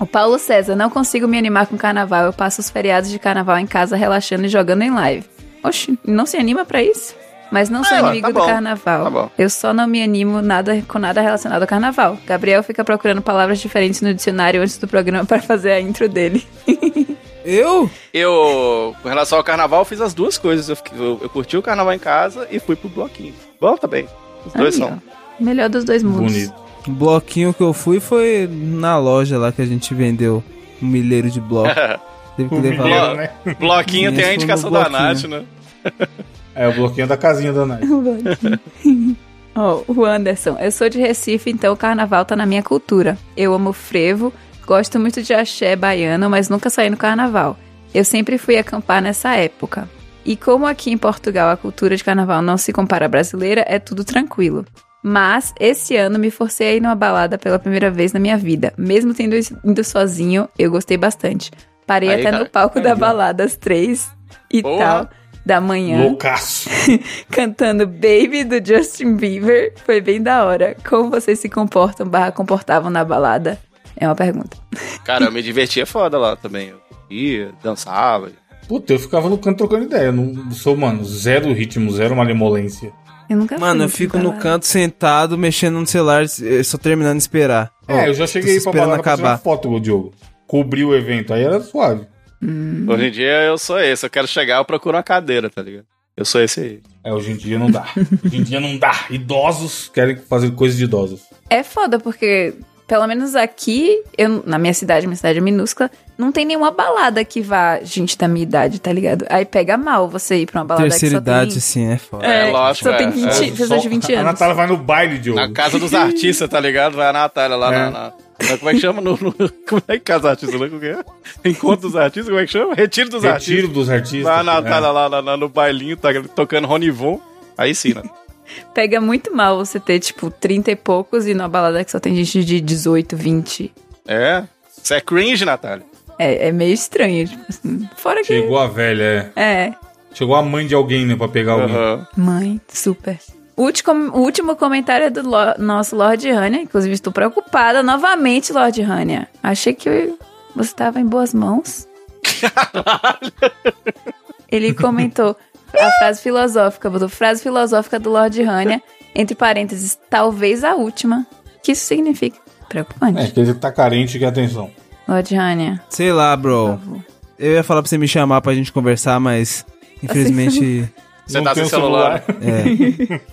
Speaker 3: O Paulo César, não consigo me animar com carnaval. Eu passo os feriados de carnaval em casa relaxando e jogando em live. Oxi, não se anima pra isso? Mas não sou
Speaker 8: Ah,
Speaker 3: inimigo
Speaker 8: tá
Speaker 3: do
Speaker 8: bom.
Speaker 3: carnaval.
Speaker 8: Tá bom.
Speaker 3: Eu só não me animo nada com nada relacionado ao carnaval. Gabriel fica procurando palavras diferentes no dicionário antes do programa pra fazer a intro dele.
Speaker 4: Eu?
Speaker 8: Eu, com relação ao carnaval, eu fiz as duas coisas. Eu, fiquei- eu- eu curti o carnaval em casa e fui pro bloquinho. Bom também. Os dois
Speaker 3: Aí,
Speaker 8: são.
Speaker 3: ó. Melhor dos dois mundos.
Speaker 2: Bonito.
Speaker 4: O bloquinho que eu fui foi na loja lá que a gente vendeu um milheiro de blocos. Teve que
Speaker 2: O
Speaker 4: levar
Speaker 2: milheiro,
Speaker 4: lá.
Speaker 2: né?
Speaker 8: Bloquinho tem
Speaker 4: Isso,
Speaker 8: a indicação
Speaker 4: no
Speaker 8: da Nath,
Speaker 4: bloquinho.
Speaker 8: né?
Speaker 2: É o bloquinho da casinha da Nath.
Speaker 3: Ó, o Anderson, eu sou de Recife, então o carnaval tá na minha cultura. Eu amo frevo, gosto muito de axé baiano, mas nunca saí no carnaval. Eu sempre fui acampar nessa época. E como aqui em Portugal a cultura de carnaval não se compara à brasileira, é tudo tranquilo. Mas esse ano me forcei a ir numa balada pela primeira vez na minha vida. Mesmo tendo ido sozinho, eu gostei bastante. Parei
Speaker 8: Aí,
Speaker 3: até
Speaker 8: cara,
Speaker 3: no palco da
Speaker 2: aí, ó.
Speaker 3: balada às três e
Speaker 8: Boa.
Speaker 3: tal da manhã
Speaker 2: Loucaço.
Speaker 3: cantando Baby do Justin Bieber. Foi bem da hora. Como vocês se comportam barra comportavam na balada? É uma pergunta.
Speaker 8: Cara, eu me divertia foda lá também. Eu ia, dançava.
Speaker 2: Puta, eu ficava no canto trocando ideia. Eu Não sou, mano, zero ritmo, zero malemolência.
Speaker 3: Eu nunca
Speaker 4: Mano,
Speaker 3: fui
Speaker 4: eu fico
Speaker 3: pra
Speaker 4: no
Speaker 3: balada.
Speaker 4: canto sentado, mexendo no celular, eh, só terminando de esperar. Ó,
Speaker 2: é, eu já cheguei aí
Speaker 4: tô
Speaker 2: pra
Speaker 4: esperando
Speaker 2: balada pra tirar
Speaker 4: acabar.
Speaker 2: foto, ô Diogo. Cobri o evento, aí era suave. Uhum.
Speaker 8: Hoje em dia eu sou esse. Eu quero chegar, eu procuro uma cadeira, tá ligado? Eu sou esse aí.
Speaker 2: É, hoje em dia não dá. hoje em dia não dá. Idosos querem fazer coisas de idosos.
Speaker 3: É foda, porque pelo menos aqui, eu, na minha cidade, minha cidade é minúscula, não tem nenhuma balada que vá gente da minha idade, tá ligado? Aí pega mal você ir pra uma balada
Speaker 4: Terceira
Speaker 3: que só tem...
Speaker 4: idade, assim, é foda.
Speaker 8: É,
Speaker 3: É,
Speaker 8: lógico,
Speaker 3: só
Speaker 8: é.
Speaker 3: tem
Speaker 8: É,
Speaker 3: 20, pessoas de 20
Speaker 2: A
Speaker 3: anos.
Speaker 2: Natália vai no baile, Diogo.
Speaker 8: Na casa dos artistas, tá ligado? Vai a Natália lá na,
Speaker 2: É.
Speaker 8: na- na- Como é que chama? No, no- como é que casa artista? Como é que é? Encontro dos artistas? Como é que chama? Retiro dos
Speaker 2: Retiro
Speaker 8: artistas.
Speaker 2: dos artistas.
Speaker 8: Vai a Natália
Speaker 2: é.
Speaker 8: lá, lá, lá no bailinho, tá tocando Ronivon. Aí sim, né?
Speaker 3: Pega muito mal você ter, tipo, 30 e poucos e numa balada que só tem gente de 18, 20.
Speaker 8: É. Você é cringe, Natália.
Speaker 3: É, é meio estranho, tipo assim. Fora que.
Speaker 2: Chegou a velha, é.
Speaker 3: É.
Speaker 2: Chegou a mãe de alguém, né, pra pegar alguém.
Speaker 8: Aham.
Speaker 3: Mãe, super. Último, o último comentário é do Lo- nosso Lorde Hania. Inclusive, estou preocupada novamente, Lorde Hania. Achei que eu- você estava em boas mãos. Ele comentou a frase filosófica, botou frase filosófica do Lorde Hania, entre parênteses, talvez a última. O que isso significa?
Speaker 2: É,
Speaker 3: Preocupante.
Speaker 2: quer dizer, tá carente, que atenção.
Speaker 3: Lorde Hania.
Speaker 4: Sei lá, bro.
Speaker 3: favor.
Speaker 4: Eu ia falar pra você me chamar pra gente conversar, mas infelizmente.
Speaker 8: Você
Speaker 2: Não
Speaker 8: tá
Speaker 2: tem
Speaker 8: sem
Speaker 2: o
Speaker 8: celular.
Speaker 4: é.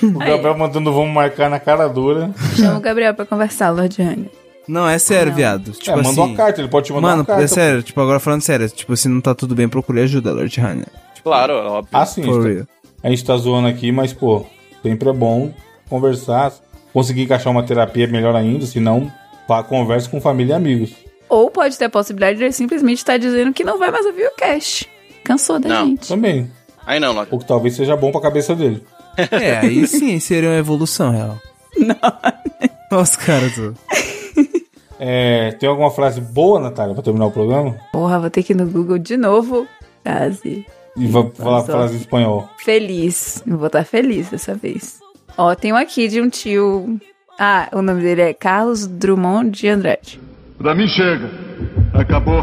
Speaker 2: O Gabriel mandando vamos marcar na cara dura.
Speaker 3: Chama o Gabriel pra conversar, Lorde Hania.
Speaker 4: Não, é sério, viado. Tipo
Speaker 2: é,
Speaker 4: assim.
Speaker 2: mandou uma carta, ele pode te mandar
Speaker 4: Mano,
Speaker 2: uma carta.
Speaker 4: é sério, tipo, agora falando sério, tipo, se não tá tudo bem, procure ajuda, Lord Hania.
Speaker 8: Claro, óbvio.
Speaker 2: Ah, sim,
Speaker 4: For
Speaker 2: a gente
Speaker 4: real.
Speaker 2: tá- a gente tá zoando aqui, mas, pô, sempre é bom conversar. Conseguir encaixar uma terapia é melhor ainda, se não, vá conversa com família e amigos.
Speaker 3: Ou pode ter a possibilidade de ele simplesmente estar dizendo que não vai mais ouvir o cast. Cansou da
Speaker 8: Não.
Speaker 3: gente.
Speaker 2: Também.
Speaker 8: Aí não, Lorde.
Speaker 2: O que talvez seja bom pra cabeça dele.
Speaker 4: É, aí sim seria uma evolução real. Não. Os caras, do-
Speaker 2: É, tem alguma frase boa, Natália, pra terminar o programa?
Speaker 3: Porra, vou ter que ir no Google de novo. Frase.
Speaker 2: E vou falar
Speaker 3: Nossa.
Speaker 2: frase em espanhol.
Speaker 3: Feliz. Eu Vou estar feliz dessa vez. Ó, tem um aqui de um tio. Ah, o nome dele é Carlos Drummond de Andrade.
Speaker 9: Pra mim chega. Acabou.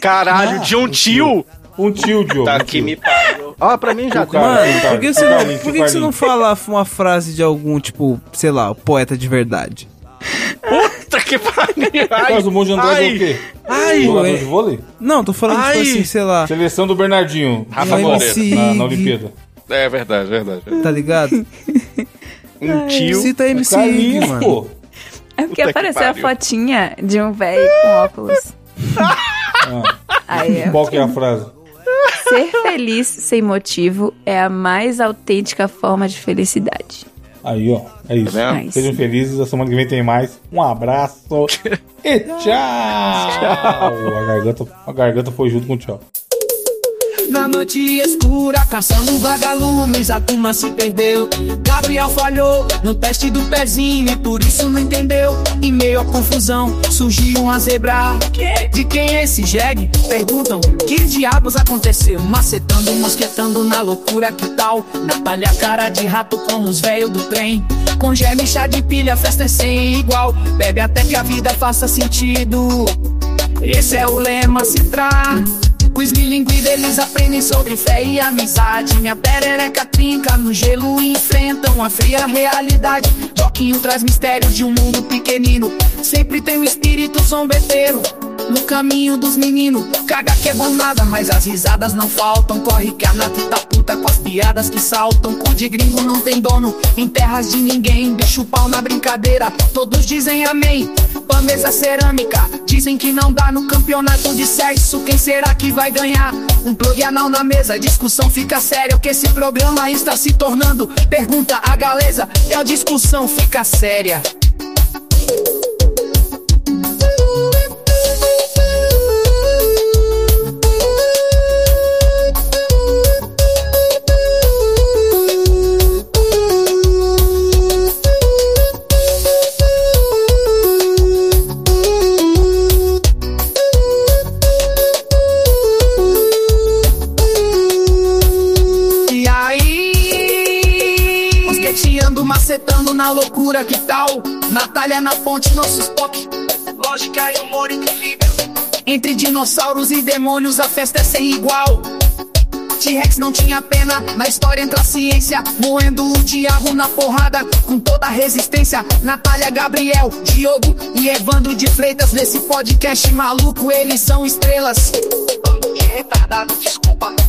Speaker 8: Caralho, de um tio!
Speaker 2: Um tio, Diogo.
Speaker 8: Tá
Speaker 2: um
Speaker 8: aqui
Speaker 2: tio.
Speaker 8: me pariu. Ó, Ah, pra mim já deu.
Speaker 2: O cara-
Speaker 4: Mano,
Speaker 2: o cara-
Speaker 4: por que
Speaker 2: o
Speaker 4: você não,
Speaker 2: Carlinhos,
Speaker 4: por
Speaker 2: o
Speaker 4: que que você
Speaker 2: Carlinhos.
Speaker 4: não fala uma frase de algum, tipo, sei lá, poeta de verdade?
Speaker 8: Puta que pariu! Ai,
Speaker 2: Mas o monte de Andrade é
Speaker 8: ai.
Speaker 2: o quê?
Speaker 4: Ai,
Speaker 2: Jogador
Speaker 4: ué.
Speaker 2: de vôlei?
Speaker 4: Tipo, Não, tô falando,
Speaker 8: Ai.
Speaker 4: tipo assim, sei lá,
Speaker 2: Seleção do Bernardinho.
Speaker 8: Rafa
Speaker 2: na-
Speaker 8: Moreira.
Speaker 2: Na, na Olimpíada.
Speaker 8: É verdade, verdade.
Speaker 4: tá ligado?
Speaker 8: Um tio.
Speaker 4: Cita a MC Ig,
Speaker 2: Carlinhos,
Speaker 4: mano.
Speaker 2: pô.
Speaker 3: É porque
Speaker 8: Puta que
Speaker 3: apareceu a
Speaker 8: pariu.
Speaker 3: fotinha de um velho com óculos. Aí é.
Speaker 2: Qual que é a frase?
Speaker 3: Ser feliz sem motivo é a mais autêntica forma de felicidade.
Speaker 2: Aí, ó. É isso.
Speaker 8: Tá
Speaker 3: vendo?
Speaker 2: Sejam felizes. A semana que vem tem mais. Um abraço. e tchau. A garganta, a garganta foi junto com o tchau.
Speaker 10: Na noite escura, caçando vagalumes, a turma se perdeu. Gabriel falhou no teste do pezinho e por isso não entendeu. Em meio à confusão, surgiu uma zebra. De quem é esse jegue? Perguntam, que diabos aconteceu? Macetando, mosquetando na loucura, que tal? Natalha cara de rato como os velhos do trem. Congeme chá de pilha, festa é sem igual. Bebe até que a vida faça sentido. Esse é o lema Citra. Os bilingües deles aprendem sobre fé e amizade. Minha perereca trinca no gelo e enfrentam a fria realidade. Toquinho traz mistérios de um mundo pequenino. Sempre tem um espírito zombeteiro. no caminho dos meninos. Caga que é bom nada, mas as risadas não faltam. Corre que a nata tá puta com as piadas que saltam. Cu de gringo não tem dono, em terras de ninguém. Bicho pau na brincadeira, todos dizem amém. Pra mesa cerâmica, dizem que não dá no campeonato de sexo. Quem será que vai ganhar? Um plug anal na mesa, a discussão fica séria. O que esse programa está se tornando? Pergunta a galeza, e a discussão fica séria. E aí? Mosqueteando, macetando na loucura, que tal? Natália na fonte, nossos pop. Lógica e humor incrível. Entre dinossauros e demônios, a festa é sem igual. T-Rex não tinha pena, na história entra a ciência. Moendo o Thiago na porrada, com toda a resistência. Natália, Gabriel, Diogo e Evandro de Freitas. Nesse podcast maluco, eles são estrelas. Bando de retardado, desculpa.